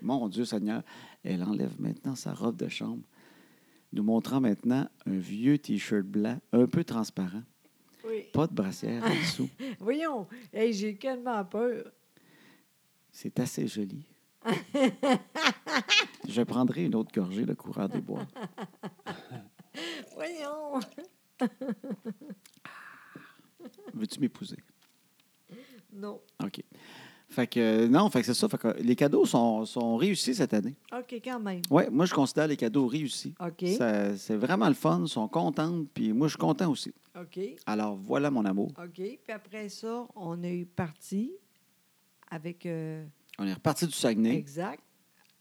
S1: Mon Dieu Seigneur, elle enlève maintenant sa robe de chambre, nous montrant maintenant un vieux T-shirt blanc, un peu transparent,
S2: Oui.
S1: pas de brassière en dessous.
S2: Voyons, hey, j'ai tellement peur.
S1: C'est assez joli. Je prendrai une autre gorgée, le coureur des bois.
S2: Voyons.
S1: Veux-tu m'épouser?
S2: Non.
S1: OK. Fait que, euh, non, fait que c'est ça. Fait que euh, les cadeaux sont, sont réussis cette année.
S2: OK, quand même.
S1: Oui, moi, je considère les cadeaux réussis.
S2: OK.
S1: Ça- C'est vraiment le fun. Ils sont contents, puis moi, je suis content aussi.
S2: OK.
S1: Alors, voilà mon amour.
S2: OK. Puis après ça, on est parti avec. euh,
S1: On est reparti du Saguenay.
S2: Exact.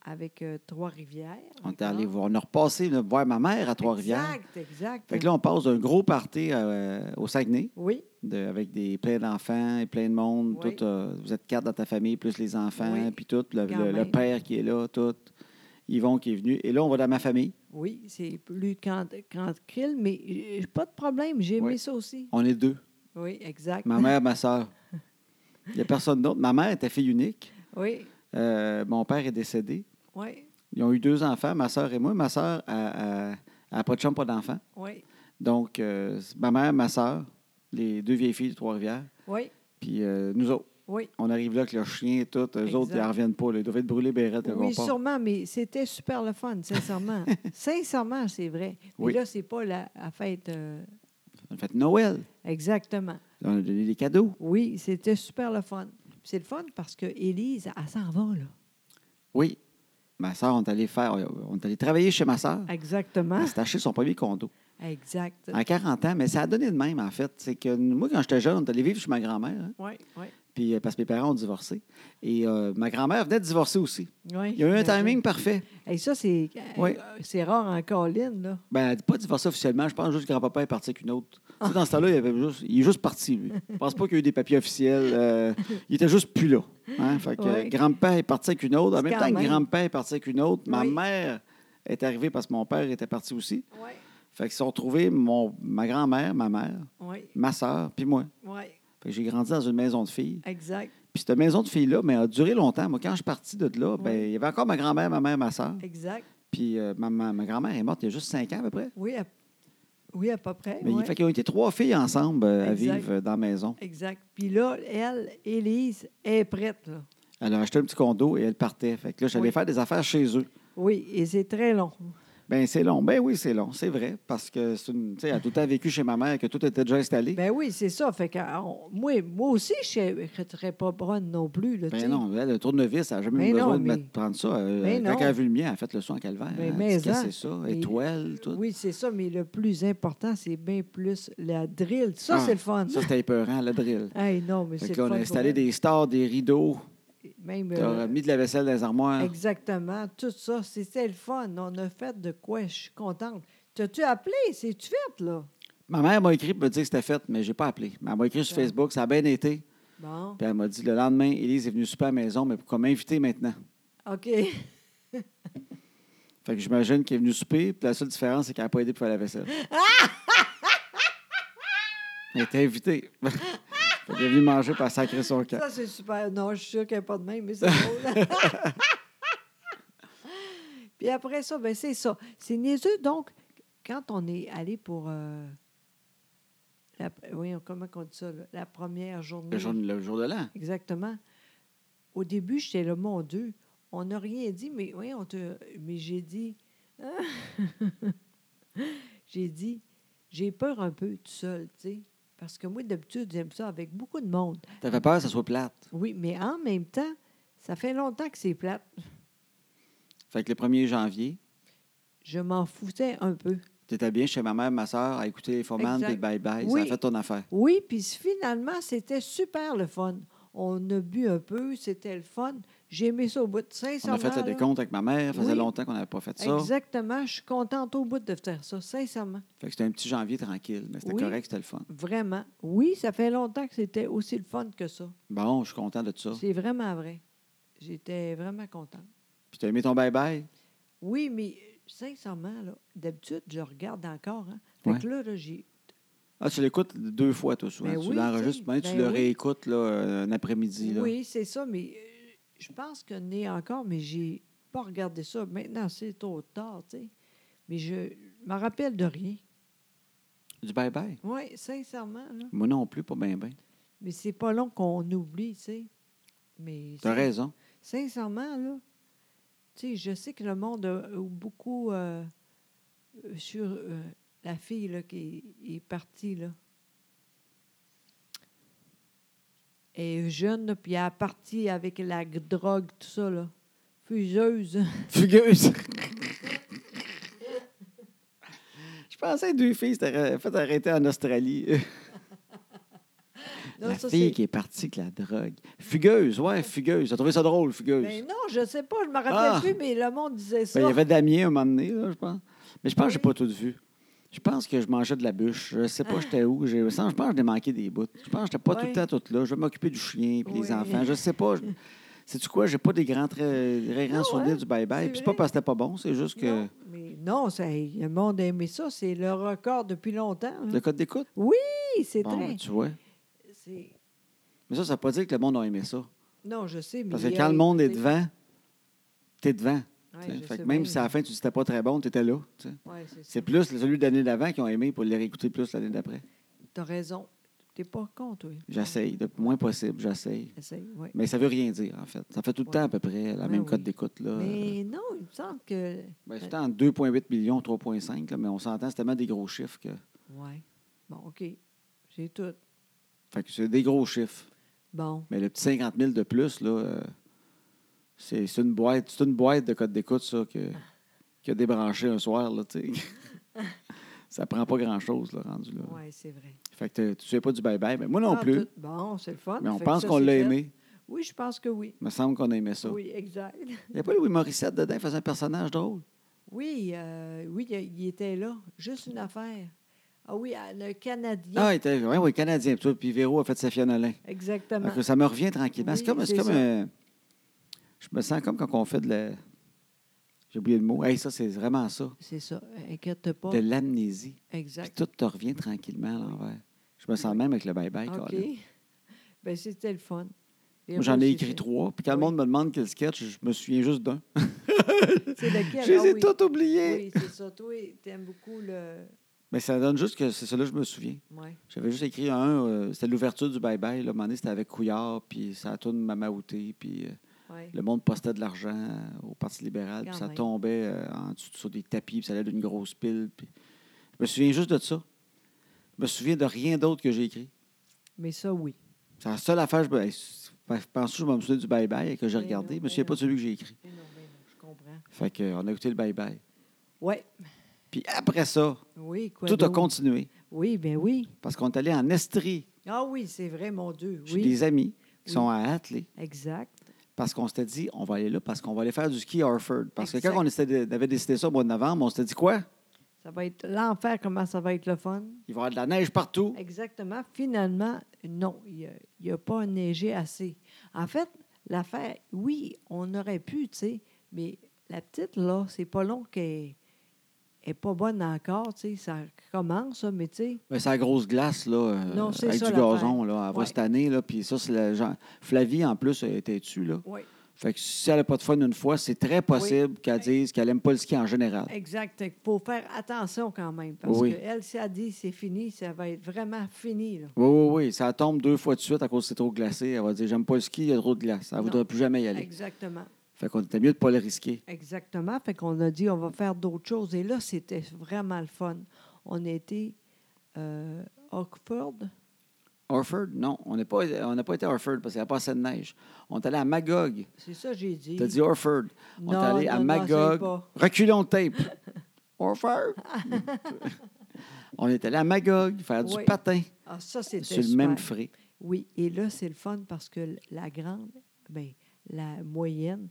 S2: avec euh, Trois-Rivières.
S1: On est allé voir. On a repassé là, voir ma mère à Trois-Rivières.
S2: Ah. Exact, exact.
S1: Fait que là, on passe d'un gros party euh, au Saguenay,
S2: oui,
S1: de- avec des, plein d'enfants et plein de monde.
S2: Oui.
S1: Tout, euh, vous êtes quatre dans ta famille, plus les enfants,
S2: Oui,
S1: puis tout. Le,
S2: quand
S1: le- le
S2: même.
S1: père qui est là, tout. Yvon qui est venu. Et là, on va dans ma famille.
S2: oui, c'est plus quand- tranquille, mais euh, pas de problème. J'ai
S1: Oui.
S2: aimé ça aussi.
S1: On est deux.
S2: Oui, exact.
S1: Ma mère, ma soeur. Il n'y a personne d'autre. Ma mère était fille unique.
S2: Oui,
S1: Euh, mon père est décédé.
S2: oui,
S1: Ils ont eu deux enfants, ma soeur et moi. Ma soeur n'a pas de chambre, pas d'enfant.
S2: oui,
S1: Donc, euh, ma mère, ma soeur, les deux vieilles filles de Trois-Rivières,
S2: oui,
S1: puis euh, nous autres.
S2: oui.
S1: On arrive là avec le chien et tout. Eux
S2: Exact.
S1: autres, ils n'en reviennent pas. là. Ils doivent être brûlés, bérette, quand
S2: Oui,
S1: on part.
S2: sûrement, mais c'était super le fun, sincèrement. sincèrement, c'est vrai. Mais
S1: Oui.
S2: là, c'est pas la, la fête. euh,
S1: On a fait Noël.
S2: exactement.
S1: On a donné des cadeaux.
S2: Oui, c'était super le fun. Puis C'est le fun parce que Élise, elle s'en va, là.
S1: Oui. Ma soeur, on est allé faire. On est allé travailler chez ma soeur.
S2: Exactement.
S1: Elle s'est acheté son premier condo.
S2: Exact.
S1: En 40 ans, mais ça a donné de même, en fait. C'est que moi, quand j'étais jeune, on est allé vivre chez ma grand-mère. hein,
S2: Oui, oui.
S1: puis, euh, parce que mes parents ont divorcé. Et euh, ma grand-mère venait de divorcer aussi.
S2: oui,
S1: Il y a eu un
S2: j'imagine.
S1: timing parfait.
S2: Et ça, c'est
S1: Oui.
S2: euh, c'est rare en colline, là.
S1: Ben, elle dit pas divorcé officiellement. Je pense juste que grand-papa est parti avec une autre. Tu sais, dans ce temps-là, il, avait juste, il est juste parti, lui. Je pense pas qu'il y a eu des papiers officiels. euh, il était juste plus là. hein. Fait que
S2: Ouais.
S1: euh, grand-père est parti avec une autre. En
S2: C'est
S1: même
S2: quand
S1: temps que
S2: même.
S1: grand-père est parti avec une autre, ma
S2: Oui.
S1: mère est arrivée parce que mon père était parti aussi.
S2: Oui,
S1: Fait qu'ils se sont retrouvés, mon, ma grand-mère, ma mère,
S2: oui,
S1: ma soeur, puis moi.
S2: oui.
S1: Fait que j'ai grandi dans une maison de filles.
S2: Exact,
S1: Puis cette maison de filles-là, mais a duré longtemps. Moi, quand je suis parti de là, ben,
S2: Ouais.
S1: il y avait encore ma grand-mère, ma mère, ma soeur.
S2: exact.
S1: Puis euh, ma, ma- ma grand-mère est morte il y a juste cinq ans à peu près.
S2: Oui, à, oui, à peu près.
S1: Mais il
S2: ouais.
S1: fait qu'ils ont été trois filles ensemble euh, à
S2: Exact.
S1: vivre euh, dans la maison.
S2: Exact. Puis là, elle, Élise, est prête, là.
S1: Elle a acheté un petit condo et elle partait. Fait que là, j'allais
S2: Oui.
S1: faire des affaires chez eux.
S2: Oui, et c'est très long.
S1: Ben c'est long. Ben oui, c'est long, c'est vrai. Parce que c'est une. Tu sais, elle a tout le temps vécu chez ma mère, que tout était déjà installé. Ben,
S2: Ben oui, c'est ça. Fait que ah, on- moi, moi aussi, je ne serais pas bonne non plus. Là, tu sais.
S1: Ben non, elle, le tournevis, elle n'a jamais eu
S2: Ben non,
S1: besoin de
S2: mais-
S1: mettre- prendre ça. Euh,
S2: Ben
S1: quand
S2: non.
S1: elle a vu le mien, elle a fait le soin en calvaire.
S2: Ben,
S1: elle
S2: mais
S1: a dit,
S2: ça.
S1: c'est ça,
S2: Et-
S1: étoile, tout.
S2: Oui, c'est ça, mais le plus important, c'est bien plus la drill. Ça,
S1: Ah,
S2: c'est le fun.
S1: Ça, c'était épeurant, la drill.
S2: Hey, non, mais
S1: Fait
S2: Ah, c'est
S1: que là,
S2: le
S1: on a
S2: fun
S1: installé
S2: pour elle.
S1: des stores, des rideaux.
S2: Même,
S1: On
S2: euh,
S1: a mis de la vaisselle dans les armoires.
S2: Hein? Exactement, tout ça. C'était le fun. On a fait de quoi? Je suis contente. T'as-tu appelé? C'est-tu fait, là?
S1: Ma mère m'a écrit pour me dire que c'était fait, mais j'ai pas appelé. Mais elle m'a écrit sur
S2: Ouais.
S1: Facebook, ça a bien été.
S2: Bon,
S1: Puis elle m'a dit le lendemain, Élise est venue super à la maison, mais comme invitée maintenant.
S2: OK.
S1: Fait que j'imagine qu'elle est venue souper, puis la seule différence, c'est qu'elle n'a pas aidé pour faire la vaisselle. elle était invitée. fait qu'elle est venue manger pour sacrer son camp.
S2: Ça, c'est super. Non, je suis sûre qu'elle n'est pas de même, mais c'est drôle. Puis après ça, ben c'est ça. C'est niaiseux. Donc, quand on est allé pour. euh, la, oui, comment on dit ça? là? La première journée.
S1: Le jour, le jour de l'an.
S2: Exactement. Au début, j'étais là, mon Dieu, on n'a rien dit, mais oui, on te. Mais j'ai dit. hein? j'ai dit, j'ai peur un peu tout seul, tu sais. Parce que moi, d'habitude, j'aime ça avec beaucoup de monde.
S1: T'avais peur que ça soit plate.
S2: Oui, mais en même temps, ça fait longtemps que c'est plate.
S1: Fait que le 1er janvier,
S2: Je m'en foutais un peu.
S1: t'étais bien chez ma mère, ma soeur, à écouter les Foman,
S2: Exact.
S1: puis le bye-bye.
S2: Oui.
S1: Ça a fait ton affaire.
S2: Oui, puis finalement, c'était super le fun. On a bu un peu, c'était le fun. J'ai aimé ça au bout de
S1: On a fait le
S2: là.
S1: décompte avec ma mère. Ça faisait
S2: Oui.
S1: longtemps qu'on n'avait pas fait ça.
S2: Exactement. Je suis contente au bout de faire ça, sincèrement.
S1: Fait que c'était un petit janvier tranquille, mais c'était
S2: Oui.
S1: correct, c'était le fun.
S2: Vraiment. Oui, ça fait longtemps que c'était aussi le fun que ça.
S1: Bon, je suis content de tout ça.
S2: C'est vraiment vrai. J'étais vraiment contente.
S1: Puis t'as aimé ton bye-bye?
S2: Oui, mais euh, sincèrement, là, d'habitude, je regarde encore. Hein. Fait
S1: Ouais.
S2: que là, là, j'ai.
S1: Ah, tu l'écoutes deux fois, toi, souvent.
S2: Ben
S1: tu
S2: oui,
S1: l'enregistres,
S2: tu
S1: ben,
S2: sais.
S1: tu
S2: Ben
S1: le
S2: oui.
S1: réécoutes là, euh, un après-midi. là.
S2: Oui, c'est ça, mais euh, je pense que né encore, mais j'ai pas regardé ça. Maintenant, c'est trop tard, tu sais. Mais je me rappelle de rien.
S1: Du bye-bye.
S2: Oui, sincèrement, là.
S1: Moi non plus, pas bien, bien.
S2: Mais c'est pas long qu'on oublie, tu sais. Mais
S1: T'as
S2: c'est-
S1: raison.
S2: Sincèrement, là, tu sais, je sais que le monde a, a beaucoup euh, euh, sur euh, la fille là, qui est, est partie, là. Elle est jeune, là, puis elle est partie avec la g- drogue, tout ça, là. Fuseuse.
S1: Fugueuse! Je pensais à deux filles qui s'étaient arrêt- fait arrêter en Australie.
S2: Non,
S1: la
S2: ça,
S1: fille
S2: c'est-
S1: qui est partie avec la drogue. Fugueuse, ouais, fugueuse. T'as trouvé ça drôle, fugueuse?
S2: Mais Ben non, je sais pas, je me rappelle
S1: Ah!
S2: plus, mais le monde disait ça.
S1: Ben, il y avait Damien un moment donné, là, je pense. Mais je pense que j'ai
S2: Oui.
S1: pas tout vu. Je pense que je mangeais de la bûche. Je sais pas j'étais où. J'ai- Je pense je pense que j'ai manqué des bouts. Je pense que j'étais pas tout
S2: Ah. Ouais.
S1: le temps toute là. Je vais m'occuper du chien et des
S2: Oui.
S1: enfants. Je sais pas. C'est tu quoi? J'ai pas des grands très, très grands
S2: Non,
S1: souvenirs
S2: hein,
S1: du bye-bye.
S2: c'est
S1: Puis c'est pas
S2: vrai.
S1: parce que c'était pas bon, c'est juste que
S2: Non, mais non, ça, le monde a aimé ça. C'est le record depuis longtemps. hein.
S1: le code d'écoute.
S2: Oui, c'est
S1: Bon,
S2: très.
S1: tu vois.
S2: c'est-
S1: Mais ça, ça veut pas dire que le monde a aimé ça.
S2: Non, je sais, mais.
S1: Parce que
S2: il y
S1: quand
S2: a-
S1: le monde est
S2: c'est-
S1: devant, t'es devant.
S2: Ouais,
S1: tu sais.
S2: je
S1: Fait que
S2: sais
S1: même
S2: bien.
S1: si à la fin tu dis que c'était pas très bon, t'étais là. tu sais.
S2: Ouais, c'est ça.
S1: C'est plus celui de l'année d'avant qui ont aimé pour les réécouter plus l'année d'après.
S2: T'as raison. T'es pas con, toi.
S1: J'essaye, le moins possible, j'essaye.
S2: Essaye, oui.
S1: Mais ça veut rien dire, en fait. Ça fait tout le
S2: Ouais.
S1: temps à peu près la
S2: Ben
S1: même cote
S2: oui.
S1: d'écoute. là.
S2: Mais non, il me semble que.
S1: Ben, c'est tout le temps entre 2,8 millions, 3,5, là, mais on s'entend, c'est tellement des gros chiffres que.
S2: Ouais. Bon, OK. J'ai tout.
S1: Fait que c'est des gros chiffres.
S2: Bon.
S1: Mais le petit 50 000 de plus, là, euh, c'est c'est une boîte, c'est une boîte de cote d'écoute, ça, que, qui a débranché un soir, là, tu sais. ça prend pas grand-chose, là, rendu là.
S2: Oui, c'est vrai.
S1: Fait que t'es- tu sais Euh. pas du bye-bye, mais moi non
S2: Ah,
S1: plus.
S2: tout- Bon, c'est le fun.
S1: Mais on
S2: Fait que
S1: pense
S2: ça,
S1: qu'on
S2: c'est
S1: l'a
S2: fait.
S1: aimé.
S2: Oui, je pense que oui.
S1: Il me semble qu'on a aimé ça.
S2: Oui, exact.
S1: Il n'y a pas Louis Morissette dedans, il faisait un personnage drôle.
S2: Oui, euh, oui, il- il était là. Juste une affaire. Ah oui, à- le Canadien.
S1: Ah, il était ouais, ouais, Canadien. Puis, tout, puis Véro a fait sa fianolin.
S2: Exactement.
S1: ça me revient tranquillement. c'est
S2: Oui,
S1: comme, c'est
S2: c'est
S1: comme
S2: ça.
S1: euh, Je me sens comme quand on fait de la. J'ai oublié le mot. Hey, ça, c'est vraiment ça.
S2: C'est ça. Inquiète pas.
S1: De l'amnésie. Puis
S2: Exact.
S1: tout te revient tranquillement à l'envers. Je me sens même avec le bye-bye.
S2: OK.
S1: Colin.
S2: Bien, c'était le fun.
S1: Moi, J'en ai écrit
S2: C'est-
S1: trois. Puis quand le
S2: Oui.
S1: monde me demande quel sketch, je me souviens juste d'un.
S2: C'est lequel?
S1: Je les
S2: Ah
S1: ai
S2: oui.
S1: tous oubliés.
S2: Oui, c'est ça. Toi, t'aimes beaucoup le.
S1: Mais ça donne juste que c'est celui-là que je me souviens.
S2: Ouais.
S1: J'avais juste écrit un, euh, c'était l'ouverture du bye-bye. Là, à un moment donné, c'était avec Couillard, puis ça tourne Mamaouté, puis euh,
S2: Ouais.
S1: le monde postait de l'argent euh, au Parti libéral, puis
S2: Quand
S1: ça
S2: même.
S1: tombait euh, en dessous sur des tapis, puis ça allait d'une grosse pile. puis- Je me souviens juste de ça. Je me souviens de rien d'autre que j'ai écrit.
S2: Mais ça, oui.
S1: C'est la seule affaire, je, me- ben, je pense que je me souviens du bye-bye et que j'ai
S2: Ben
S1: regardé.
S2: non,
S1: Je me souviens
S2: ben
S1: pas de
S2: non.
S1: celui que j'ai écrit.
S2: Mais non, mais non, je comprends.
S1: Fait que, euh, on a écouté le bye-bye.
S2: Ouais.
S1: Puis après ça,
S2: Oui, quoi.
S1: tout a
S2: d'autre?
S1: continué.
S2: Oui, ben oui.
S1: Parce qu'on est allé en Estrie.
S2: Ah oui, c'est vrai, mon Dieu.
S1: J'ai
S2: Oui.
S1: des amis qui
S2: Oui.
S1: sont à Athlée.
S2: Exact.
S1: parce qu'on s'était dit, on va aller là parce qu'on va aller faire du ski Harford. Parce que
S2: Exact.
S1: quand on, était- on avait décidé ça au mois de novembre, on s'était dit quoi?
S2: Ça va être l'enfer, comment ça va être le fun.
S1: Il va y avoir de la neige partout.
S2: Exactement. Finalement, non, il n'y a, pas neigé assez. En fait, l'affaire, oui, on aurait pu, tu sais, mais la petite, là, c'est pas long qu'elle n'est pas bonne encore, tu sais, ça commence, ça, mais tu sais,
S1: Mais c'est la grosse glace, là, euh,
S2: Non, c'est
S1: avec
S2: ça,
S1: du
S2: l'affaire.
S1: gazon, là, elle va
S2: Ouais.
S1: cette année, là, puis ça, c'est la genre- Flavie, en plus, elle était dessus, là.
S2: oui,
S1: Fait que si elle n'a pas de fun une fois, c'est très possible qu'elle dise qu'elle n'aime pas le ski en général.
S2: exact. Il faut faire attention quand même, parce
S1: Oui.
S2: que elle, si elle dit c'est fini, ça va être vraiment fini, là.
S1: Oui, oui, oui. Ça tombe deux fois de suite à cause que c'est trop glacé. Elle va dire J'aime pas le ski, il y a trop de glace. Elle ne
S2: Non.
S1: voudra plus jamais y aller.
S2: Exactement.
S1: Fait qu'on était mieux de ne pas le risquer.
S2: Exactement. Fait qu'on a dit, on va faire d'autres choses. Et là, c'était vraiment le fun. On a été euh, à Oxford.
S1: Harford, non, on n'est pas- on n'a pas, été à Harford parce qu'il n'y a pas assez de neige. On est allé à Magog.
S2: C'est ça, j'ai dit.
S1: T'as dit Orford. On est
S2: Non,
S1: allé à
S2: non, non,
S1: Magog.
S2: c'est pas.
S1: Reculons le tape. Orford. on est allé à Magog faire du
S2: Oui.
S1: patin
S2: Ah, ça, c'était
S1: sur le
S2: super.
S1: même frais.
S2: Oui, et là, c'est le fun parce que l- la grande, ben, la moyenne,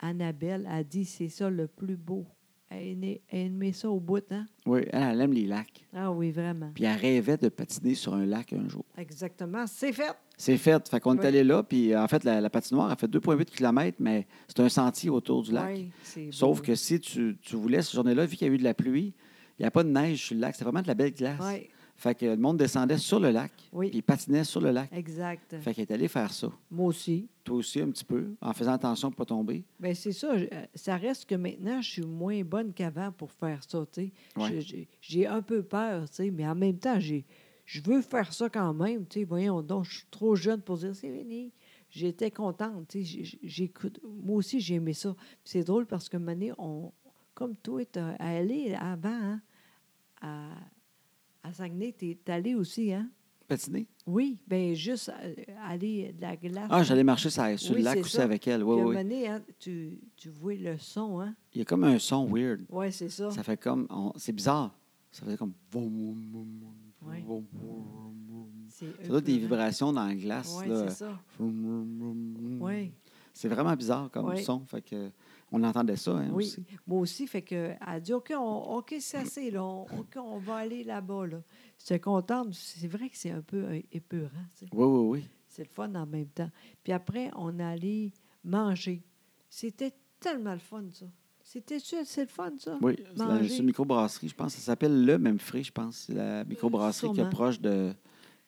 S2: Annabelle a dit c'est ça le plus beau. Elle a aimé- elle a aimé ça au bout, hein?
S1: Oui, elle, elle aime les lacs.
S2: Ah oui, vraiment.
S1: Puis elle rêvait de patiner sur un lac un jour.
S2: Exactement. C'est fait.
S1: C'est fait. Fait qu'on est
S2: Oui.
S1: allé là. Puis euh, en fait, la, la patinoire a fait 2,8 km, mais c'est un sentier autour du lac.
S2: Oui, c'est
S1: Sauf
S2: beau.
S1: que si tu, tu voulais, cette journée-là, vu qu'il y a eu de la pluie, il n'y a pas de neige sur le lac. C'était vraiment de la belle glace.
S2: Oui,
S1: Fait que le monde descendait sur le lac.
S2: Oui.
S1: Puis il patinait sur le lac.
S2: exact.
S1: Fait qu'elle est allée faire ça.
S2: Moi aussi.
S1: Toi aussi, un petit peu, en faisant attention pour ne pas tomber.
S2: Bien, c'est ça. je- euh, ça reste que maintenant, je suis moins bonne qu'avant pour faire ça, tu sais.
S1: Ouais.
S2: Je- j'ai- J'ai un peu peur, tu sais, mais en même temps, j'ai, je veux faire ça quand même, tu sais. Voyons donc, je suis trop jeune pour dire c'est fini. J'étais contente, tu sais. j'ai- j'ai- J'écoute. Moi aussi, j'ai aimé ça. Puis c'est drôle parce que Mané, on, comme toi, tu allé avant, hein, à, à Saguenay, tu es allé aussi, hein?
S1: Patiner?
S2: Oui, bien, juste euh, aller de la glace.
S1: Ah, j'allais marcher sur, sur
S2: Oui,
S1: le lac
S2: c'est
S1: aussi
S2: ça.
S1: avec elle.
S2: Puis
S1: Oui,
S2: à un
S1: oui.
S2: moment donné, hein, tu, tu vois le son, hein?
S1: Il y a comme un son weird.
S2: Oui, c'est ça.
S1: Ça fait comme. on- C'est bizarre. Ça faisait comme. vroom, vroom, vroom,
S2: Ouais.
S1: vroom, vroom, vroom.
S2: C'est
S1: Ça doit être des
S2: épeurant.
S1: vibrations dans la glace.
S2: Oui,
S1: là. Hmm.
S2: c'est ça.
S1: Oui.
S2: Oui.
S1: C'est vraiment bizarre comme
S2: Oui.
S1: son. Fait que, on entendait ça hein,
S2: Oui,
S1: aussi.
S2: moi aussi, fait que elle a dit OK, on, OK, c'est assez, là, on, OK, on va aller là-bas. Là. J'étais contente. C'est vrai que c'est un peu euh, épeurant. tu sais.
S1: Oui, oui, oui.
S2: C'est le fun en même temps. Puis après, on allait manger. C'était tellement le fun, ça. C'était c'est le fun, ça?
S1: Oui, c'est la-
S2: Manger. Euh,
S1: c'est une microbrasserie, je pense. Ça s'appelle le même frais, je pense. C'est la microbrasserie qui est
S2: sûrement.
S1: proche de.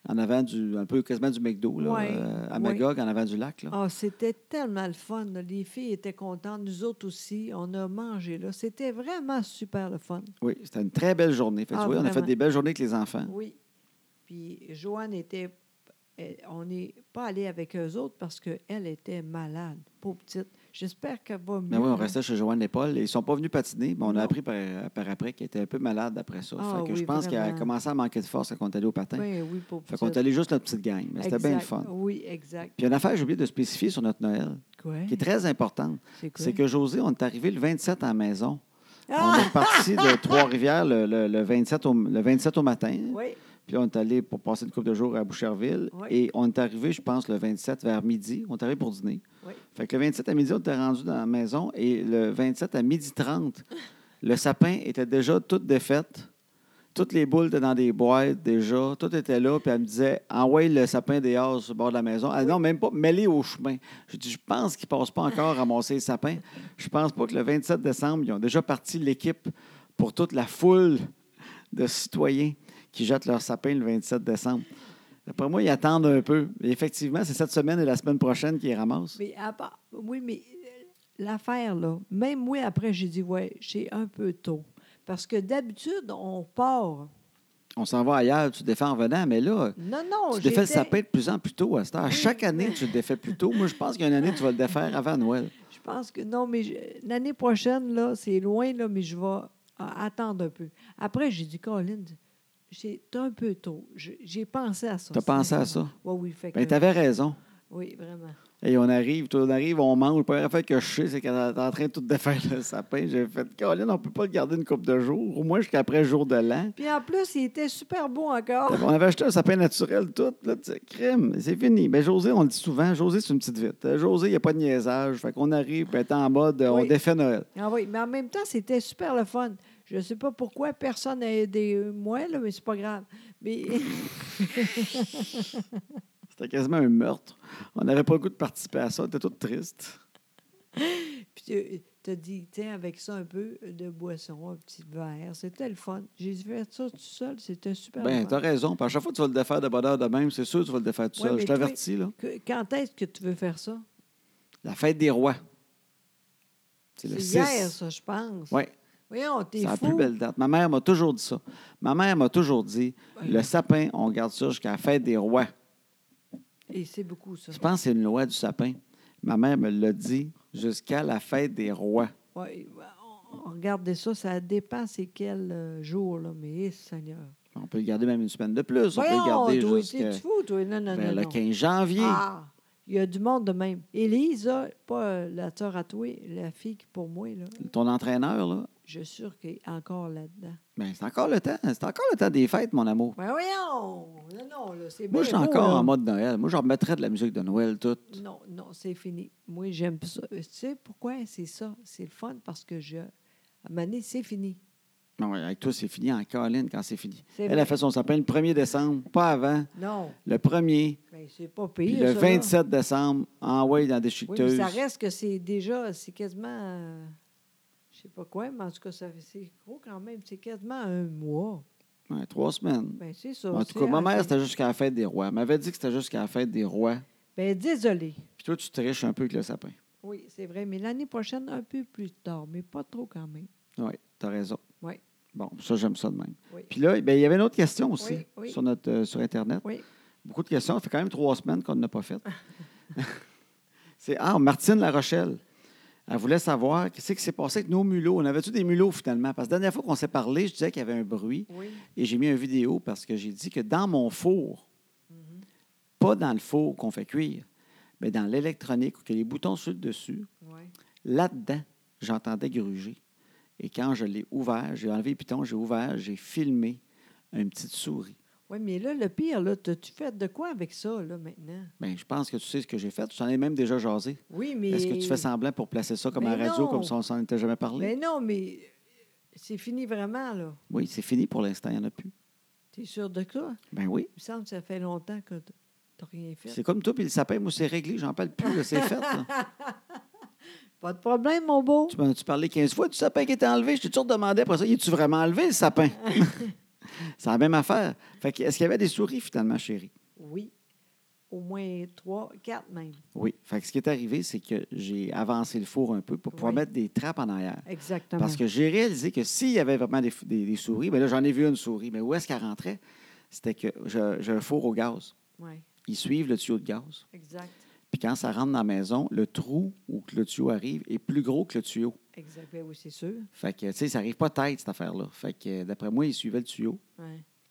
S1: En avant du. Un peu quasiment du McDo, là,
S2: Ouais,
S1: euh, à
S2: ouais.
S1: Magog, en avant du lac. Là.
S2: Ah, c'était tellement le fun. là. Les filles étaient contentes, nous autres aussi. On a mangé là. C'était vraiment super le fun.
S1: Oui, c'était une très belle journée. Fait que
S2: Ah,
S1: tu vois, on a fait
S2: vraiment.
S1: des belles journées avec les enfants.
S2: Oui. Puis Joanne était. elle- On n'est pas allé avec eux autres parce qu'elle était malade, pauvre petite. J'espère qu'elle va mieux.
S1: Mais Ben oui, on
S2: là.
S1: restait chez Joanne et Paul. Ils ne sont pas venus patiner, mais on
S2: Non.
S1: a appris par, par après qu'elle était un peu malade après ça.
S2: Ah
S1: fait que
S2: oui,
S1: je pense qu'elle a
S2: vraiment.
S1: commencé à manquer de force quand on est allé au patin.
S2: Ben oui, pauvre
S1: Fait
S2: petite.
S1: qu'on est allé juste notre petite gang. Mais c'était bien le
S2: Exact.
S1: fun.
S2: Oui, exact.
S1: Puis une affaire que j'ai oublié de spécifier sur notre Noël,
S2: Quoi?
S1: qui est très importante,
S2: C'est quoi?
S1: c'est que José, on est arrivé le 27 à la maison. On
S2: Ah!
S1: est parti de Trois-Rivières le, le- le 27 au, le 27 au matin.
S2: Oui,
S1: Puis on est allé pour passer une couple de jours à Boucherville.
S2: Oui.
S1: Et on est arrivé, je pense, le 27 vers midi. On est arrivé pour dîner.
S2: Oui.
S1: Fait que le 27 à midi, on était rendu dans la maison. Et le 27 à midi 30, le sapin était déjà tout défaite. Toutes les boules étaient dans des boîtes déjà. Tout était là. Puis elle me disait Envoie le sapin des dehors sur le bord de la maison. Elle dit, Non, même pas mêlé au chemin. Je dis Je pense qu'ils ne passent pas encore ramasser les sapins. Je pense pas que le 27 décembre, ils ont déjà parti l'équipe pour toute la foule de citoyens qui jettent leur sapin le 27 décembre. D'après moi, ils attendent un peu. Et effectivement, c'est cette semaine et la semaine prochaine qu'ils les ramassent.
S2: mais, à part- oui, mais euh, l'affaire, là, même moi, après, j'ai dit, ouais, c'est un peu tôt. Parce que d'habitude, on part.
S1: On s'en va ailleurs, tu te défais en venant, mais là,
S2: Non, non,
S1: tu défais le
S2: j'étais-
S1: sapin de plus en plus tôt à cette heure. Chaque année, tu le défais plus tôt. Moi, je pense qu'il y a une année, tu vas le défaire avant Noël.
S2: Je pense que non, mais je- l'année prochaine, là, c'est loin, là, mais je vais euh, attendre un peu. Après, j'ai dit, Colin, c'est un peu tôt. Je- J'ai pensé à ça.
S1: T'as pensé à ça?
S2: Oui, oui, fait que-
S1: Ben, t'avais raison.
S2: oui, vraiment.
S1: Et on arrive, toi, on arrive, on mange. La première affaire que je sais, c'est qu'elle est en train de tout défaire le sapin. J'ai fait, Colin, on peut pas le garder une couple de jours, au moins jusqu'après le jour de l'an.
S2: Puis en plus, il était super beau encore.
S1: On avait acheté un sapin naturel tout, là, tu sais, crème, c'est fini. Mais José, on le dit souvent, José, c'est une petite vite. Euh, José, il n'y a pas de niaisage. Fait qu'on arrive, puis elle est en mode, euh, on
S2: Oui.
S1: défait Noël.
S2: Ah oui, mais en même temps, c'était super le fun. Je ne sais pas pourquoi personne n'a aidé euh, moi, là, mais c'est pas grave. Mais
S1: C'était quasiment un meurtre. On n'avait pas le goût de participer à ça, on était tous tristes.
S2: puis tu as dit, tiens, avec ça un peu de boisson, un petit verre. C'était le fun. J'ai fait ça tout seul, c'était super le
S1: Ben,
S2: fun.
S1: t'as raison. puis à chaque fois que tu vas le défaire de bonne heure de même, c'est sûr que tu vas le défaire tout
S2: Ouais,
S1: seul.
S2: mais
S1: Je t'avertis, là.
S2: Que- Quand est-ce que tu veux faire ça?
S1: La fête des rois. C'est le
S2: C'est
S1: 6.
S2: hier, ça, je pense.
S1: Oui,
S2: Voyons, t'es
S1: c'est la
S2: fou.
S1: plus belle date. Ma mère m'a toujours dit ça. Ma mère m'a toujours dit, le sapin, on garde ça jusqu'à la fête des rois.
S2: Et c'est beaucoup, ça.
S1: Je pense que c'est une loi du sapin. Ma mère me l'a dit jusqu'à la fête des rois.
S2: Ouais, on, on regardait ça, ça dépend c'est quel euh, jour, là, mais eh, Seigneur.
S1: On peut le garder même une semaine de plus. On peut le garder
S2: Voyons, toi,
S1: jusqu'à
S2: t'es fou, toi. Non, non,
S1: ben,
S2: non.
S1: le
S2: non.
S1: 15 janvier.
S2: Ah! Il y a du monde de même. Élise, là, pas euh, la sœur à toi, la fille qui, pour moi, là,
S1: Ton entraîneur, là,
S2: je suis sûre qu'elle est encore là-dedans.
S1: ben, c'est encore le temps. C'est encore le temps des fêtes, mon amour.
S2: Ben voyons! Non, non, là, c'est
S1: Moi, je
S2: bien
S1: suis
S2: beau,
S1: encore
S2: Ben, là.
S1: en mode Noël. Moi, je remettrais de la musique de Noël toute.
S2: Non, non, c'est fini. Moi, j'aime ça. Euh, Tu sais pourquoi? C'est ça. C'est le fun parce que je. À Mané, c'est fini.
S1: Non, avec toi, c'est fini en Caroline quand c'est fini.
S2: C'est
S1: Elle
S2: vrai.
S1: a fait son sapin le 1er décembre, pas avant.
S2: Non,
S1: Le 1er,
S2: ben, c'est pas
S1: puis
S2: pire.
S1: le
S2: ça, là.
S1: 27 décembre, en way dans la
S2: Oui, mais
S1: déchiqueteuse.
S2: ça reste que c'est déjà. C'est quasiment. euh, je sais pas quoi, mais en tout cas, ça fait- c'est gros quand même. C'est quasiment un mois.
S1: Ouais, trois semaines.
S2: Ben, c'est ça.
S1: En tout
S2: c'est
S1: cas, ma
S2: à
S1: mère,
S2: fin-
S1: c'était jusqu'à la fête des rois. Elle m'avait dit que c'était jusqu'à la fête des rois.
S2: Ben, désolé.
S1: Puis toi, tu triches un peu avec le sapin.
S2: Oui, c'est vrai. Mais l'année prochaine, un peu plus tard, mais pas trop quand même.
S1: Oui, tu as raison.
S2: Oui.
S1: Bon, ça, j'aime ça de même.
S2: Oui.
S1: Puis là, ben, il y avait une autre question aussi
S2: Oui, oui.
S1: Sur, notre, euh, sur Internet.
S2: Oui.
S1: Beaucoup de questions. Ça fait quand même trois semaines qu'on n'a pas fait. C'est Ah, Martine Larochelle. Elle voulait savoir qu'est-ce qui s'est passé avec nos mulots. On avait-tu des mulots finalement? Parce que la dernière fois qu'on s'est parlé, je disais qu'il y avait un bruit
S2: Oui.
S1: et j'ai mis une vidéo parce que j'ai dit que dans mon four, pas dans le four qu'on fait cuire, mais dans l'électronique, où il y a les boutons sur le dessus,
S2: Oui.
S1: Là-dedans, j'entendais gruger. Et quand je l'ai ouvert, j'ai enlevé le piton, j'ai ouvert, j'ai filmé une petite souris
S2: Oui, mais là, le pire, là, t'as-tu fait de quoi avec ça, là, maintenant?
S1: Bien, Ben, je pense que tu sais ce que j'ai fait. Tu t'en es même déjà jasé.
S2: Oui, mais.
S1: Est-ce que tu fais semblant pour placer ça comme à
S2: Mais
S1: la radio,
S2: Ben non.
S1: comme si on s'en était jamais parlé?
S2: Mais non, mais euh, c'est fini vraiment, là.
S1: Oui, c'est fini pour l'instant, il n'y en a plus.
S2: T'es sûr de ça?
S1: Ben oui.
S2: Il me semble que ça fait longtemps que t- t'as rien fait.
S1: C'est comme toi, puis le sapin, moi, c'est réglé, j'en parle plus, là, c'est fait. là.
S2: Pas de problème, mon beau.
S1: Tu m'en as-tu parlé 15 fois du sapin qui était enlevé? Je t'ai toujours demandé après ça, y est-tu vraiment enlevé, le sapin? c'est la même affaire. Fait que, est-ce qu'il y avait des souris, finalement, chérie?
S2: Oui. Au moins trois, quatre même.
S1: Oui. Fait que ce qui est arrivé, c'est que j'ai avancé le four un peu pour pouvoir
S2: Oui.
S1: mettre des trappes en arrière.
S2: Exactement.
S1: Parce que j'ai réalisé que s'il y avait vraiment des, f- des- des souris, mais là, j'en ai vu une souris, mais où est-ce qu'elle rentrait? C'était que je- j'ai un four au gaz.
S2: Oui,
S1: Ils suivent le tuyau de gaz.
S2: exact.
S1: Puis quand ça rentre dans la maison, le trou où que le tuyau arrive est plus gros que le tuyau.
S2: Exact. Ben oui, c'est sûr.
S1: Fait que, tu sais, ça arrive pas tête, cette affaire-là. Fait que, euh, d'après moi, ils suivaient le tuyau.
S2: Oui,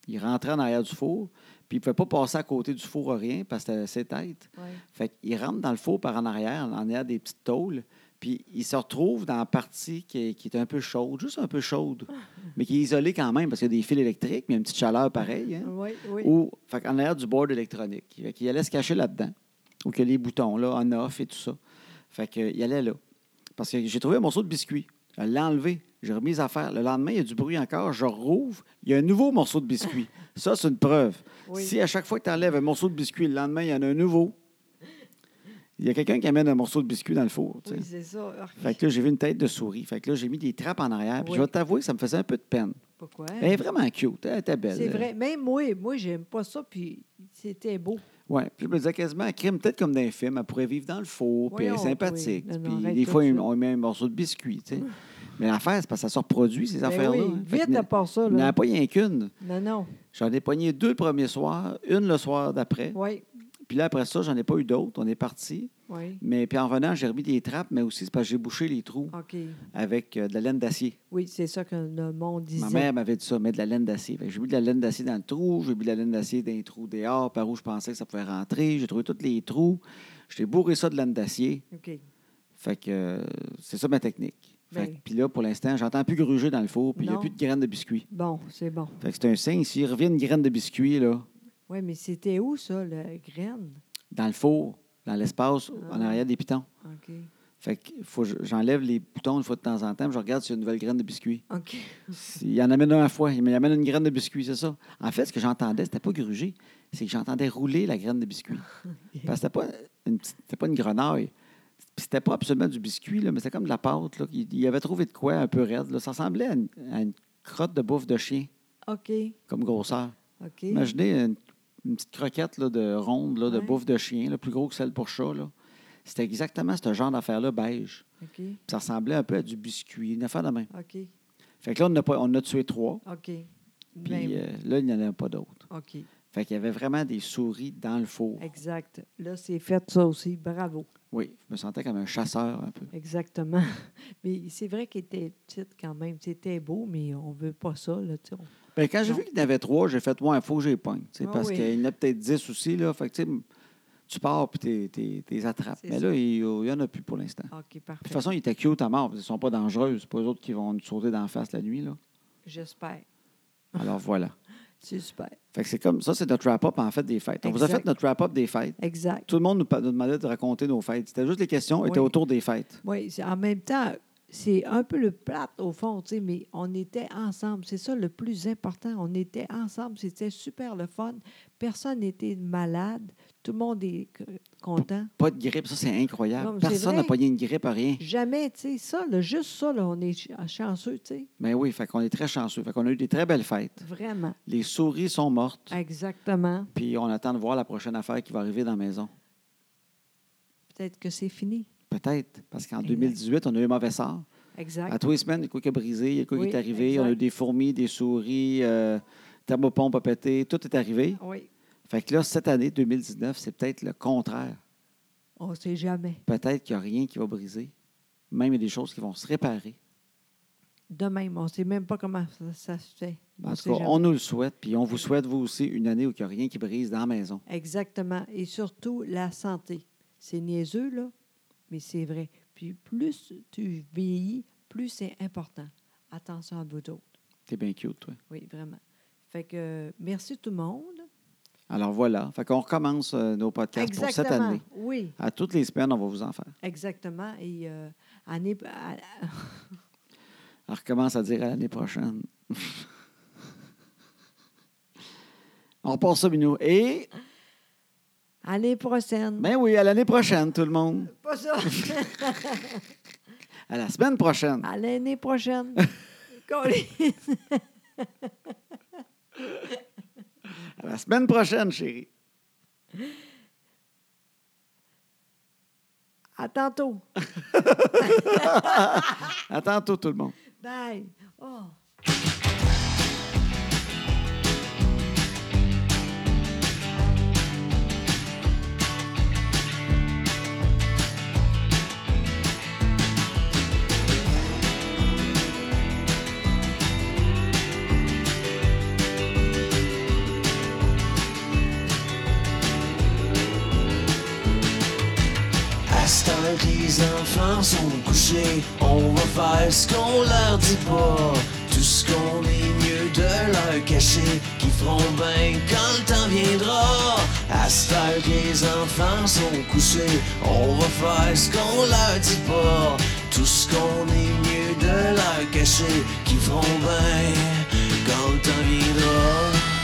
S1: Ils rentraient en arrière du four, puis ils ne pouvaient pas passer à côté du four à rien parce que c'était assez tête.
S2: oui.
S1: Fait qu'ils rentrent dans le four par en arrière, en arrière des petites tôles, puis ils se retrouvent dans la partie qui est, qui est un peu chaude, juste un peu chaude, mais qui est isolée quand même parce qu'il y a des fils électriques, mais il y a une petite chaleur pareille. hein.
S2: Oui, oui.
S1: Ou, fait qu'en arrière du board électronique. Fait qu'il allait se cacher là-dedans. Ou que les boutons, là, on off et tout ça. Fait qu'il allait là. Parce que j'ai trouvé un morceau de biscuit. Je l'ai enlevé. J'ai remis à faire. Le lendemain, il y a du bruit encore. Je rouvre. Il y a un nouveau morceau de biscuit. Ça, c'est une preuve.
S2: Oui.
S1: Si à chaque fois que tu enlèves un morceau de biscuit, le lendemain, il y en a un nouveau, il y a quelqu'un qui amène un morceau de biscuit dans le four. tu sais.
S2: Oui, c'est ça. Ah, Arc.
S1: Fait que là, j'ai vu une tête de souris. Fait que là, j'ai mis des trappes en arrière. Puis
S2: Oui.
S1: je vais t'avouer que ça me faisait un peu de peine.
S2: Pourquoi?
S1: Elle est vraiment cute. ben, Elle euh, était belle.
S2: c'est vrai. Même moi, moi, j'aime pas ça, puis c'était beau.
S1: Oui, puis je me disais quasiment, elle crime peut-être comme dans un film, elle pourrait vivre dans le four, puis elle est
S2: Voyons,
S1: sympathique.
S2: oui. Non, non,
S1: Puis
S2: arrête
S1: des
S2: tout
S1: fois,
S2: de
S1: on
S2: suite.
S1: on met un morceau de biscuit, tu sais. Mais l'affaire, c'est parce que ça se reproduit, ces
S2: Ben
S1: affaires-là.
S2: oui,
S1: hein. Fait que
S2: vite
S1: n'a-
S2: à part ça,
S1: il n'y en
S2: là.
S1: a pas rien qu'une.
S2: Non, non.
S1: J'en ai pogné deux le premier soir, une le soir d'après.
S2: Oui,
S1: Puis là, après ça, j'en ai pas eu d'autres. On est parti.
S2: oui.
S1: Mais puis en revenant, j'ai remis des trappes, mais aussi c'est parce que j'ai bouché les trous
S2: OK.
S1: avec euh, de la laine d'acier.
S2: Oui, c'est ça que le monde disait.
S1: Ma mère m'avait dit ça, mettre de la laine d'acier. Fait que J'ai mis de la laine d'acier dans le trou, j'ai mis de la laine d'acier dans les trous dehors, par où je pensais que ça pouvait rentrer. J'ai trouvé tous les trous. J'ai bourré ça de laine d'acier.
S2: OK.
S1: Fait que euh, c'est ça ma technique. Fait que-
S2: Ben.
S1: Puis là, pour l'instant, j'entends plus gruger dans le four, puis il n'y a
S2: Non.
S1: plus de graines de biscuits.
S2: Bon, c'est bon.
S1: Fait que c'est un signe. S'il revient une graine de biscuits, là,
S2: Oui, mais c'était où, ça, la graine?
S1: dans le four, dans l'espace,
S2: Ah.
S1: en arrière des pitons.
S2: OK.
S1: Fait que faut que je- j'enlève les boutons une fois de temps en temps, puis je regarde s'il y a une nouvelle graine de biscuits.
S2: OK.
S1: Il en amène un à la fois. Il me- il amène une graine de biscuit, c'est ça. En fait, ce que j'entendais, c'était pas gruger, c'est que j'entendais rouler la graine de biscuit. Parce que c'était pas une, petite- c'était pas une grenaille. Puis c'était pas absolument du biscuit, là, mais c'était comme de la pâte. Là. Il, il avait trouvé de quoi un peu raide. là. Ça ressemblait à une, à une crotte de bouffe de chien,
S2: OK.
S1: comme grosseur.
S2: OK.
S1: Imaginez une, une petite croquette là, de ronde là, de
S2: Ouais.
S1: bouffe de chien, là, plus gros que celle pour chat. là. C'était exactement ce genre d'affaire-là, beige.
S2: OK.
S1: Puis ça ressemblait un peu à du biscuit, une affaire de même.
S2: OK.
S1: Fait que là, on en a, pas- on en a tué trois.
S2: OK. Même.
S1: Puis euh, là, il n'y en a pas d'autres.
S2: OK.
S1: Fait qu'il y avait vraiment des souris dans le four.
S2: Exact. Là, c'est fait ça aussi. Bravo.
S1: Oui, je me sentais comme un chasseur un peu.
S2: Exactement. Mais c'est vrai qu'il était petite quand même. C'était beau, mais on veut pas ça, là, tu sais. on-
S1: Ben, quand j'ai
S2: Non.
S1: vu qu'il y en avait trois, j'ai fait, ouais, il faut que j'ai pogne. tu sais,
S2: Ah
S1: parce
S2: oui.
S1: qu'il y en a peut-être dix aussi. Là. Fait que, tu sais, tu pars puis t'es- t'es- t'es les attrapes.
S2: C'est
S1: Mais
S2: ça. Ah,
S1: là, il n'y en a plus pour l'instant. Puis
S2: OK,
S1: De toute
S2: parfait.
S1: façon, ils étaient cute à mort. parce qu'ils sont pas dangereux. C'est pas eux autres qui vont nous sauter d'en face la nuit. Là.
S2: J'espère. Ah.
S1: Alors voilà.
S2: C'est super.
S1: Fait que c'est comme ça, c'est notre wrap-up en fait des fêtes. On vous a
S2: Exact.
S1: fait notre wrap-up des fêtes.
S2: Exact.
S1: Tout le monde nous, pa- nous demandait de raconter nos fêtes. C'était juste les questions étaient
S2: Oui.
S1: autour des fêtes.
S2: Oui, c'est- en même temps, c'est un peu le plate au fond, tu sais, mais on était ensemble. C'est ça le plus important. On était ensemble. C'était super le fun. Personne n'était malade. Tout le monde est c- content.
S1: Pas de grippe, ça c'est incroyable.
S2: Non, mais c'est
S1: Personne n'a
S2: vrai.
S1: pogné une grippe à rien.
S2: Jamais, tu sais, ça, là, juste ça, là, on est ch- chanceux, tu sais.
S1: Ben oui, fait qu'on est très chanceux. Fait qu'on a eu des très belles fêtes.
S2: Vraiment.
S1: Les souris sont mortes.
S2: Exactement.
S1: Puis on attend de voir la prochaine affaire qui va arriver dans la maison.
S2: Peut-être que c'est fini.
S1: Peut-être, parce qu'en
S2: Exact.
S1: 2018, on a eu mauvais sort. À
S2: Exact.
S1: tous les semaines, il y a quoi qui a brisé, il y a quoi
S2: Oui,
S1: qui est arrivé. On a eu
S2: exact.
S1: des fourmis, des souris, euh, thermopompe a pété, tout est arrivé.
S2: Oui.
S1: Fait que là, cette année, 2019, c'est peut-être le contraire.
S2: On ne sait jamais.
S1: Peut-être qu'il n'y a rien qui va briser. Même il y a des choses qui vont se réparer.
S2: De même, on ne sait même pas comment ça, ça se fait.
S1: En
S2: sait
S1: tout cas,
S2: jamais.
S1: on nous le souhaite, puis on vous souhaite, vous aussi, une année où il n'y a rien qui brise dans la maison.
S2: Exactement. Et surtout, la santé. C'est niaiseux, là, mais c'est vrai. Puis plus tu vieillis, plus c'est important. Attention à vous autres.
S1: T'es bien cute, toi.
S2: Oui, vraiment. Fait que euh, merci tout le monde.
S1: Alors voilà. Fait qu'on recommence euh, nos podcasts pour cette année.
S2: Oui,
S1: À toutes les semaines, on va vous en faire.
S2: exactement. Et euh, année- à- à-
S1: On recommence à dire à l'année prochaine. on repart ça, Minou. Et,
S2: année prochaine.
S1: ben oui, à l'année prochaine, tout le monde.
S2: Pas ça.
S1: À la semaine prochaine.
S2: À l'année prochaine. Colin.
S1: À la semaine prochaine, chérie.
S2: à tantôt.
S1: À tantôt, tout le monde.
S2: Bye. Oh.
S3: À ce temps que les enfants sont couchés, on va faire ce qu'on leur dit pas. Tout ce qu'on est mieux de leur cacher, qui feront bien quand le temps viendra. À ce temps que les enfants sont couchés, on va faire ce qu'on leur dit pas. Tout ce qu'on est mieux de leur cacher, qui feront bien quand le temps viendra.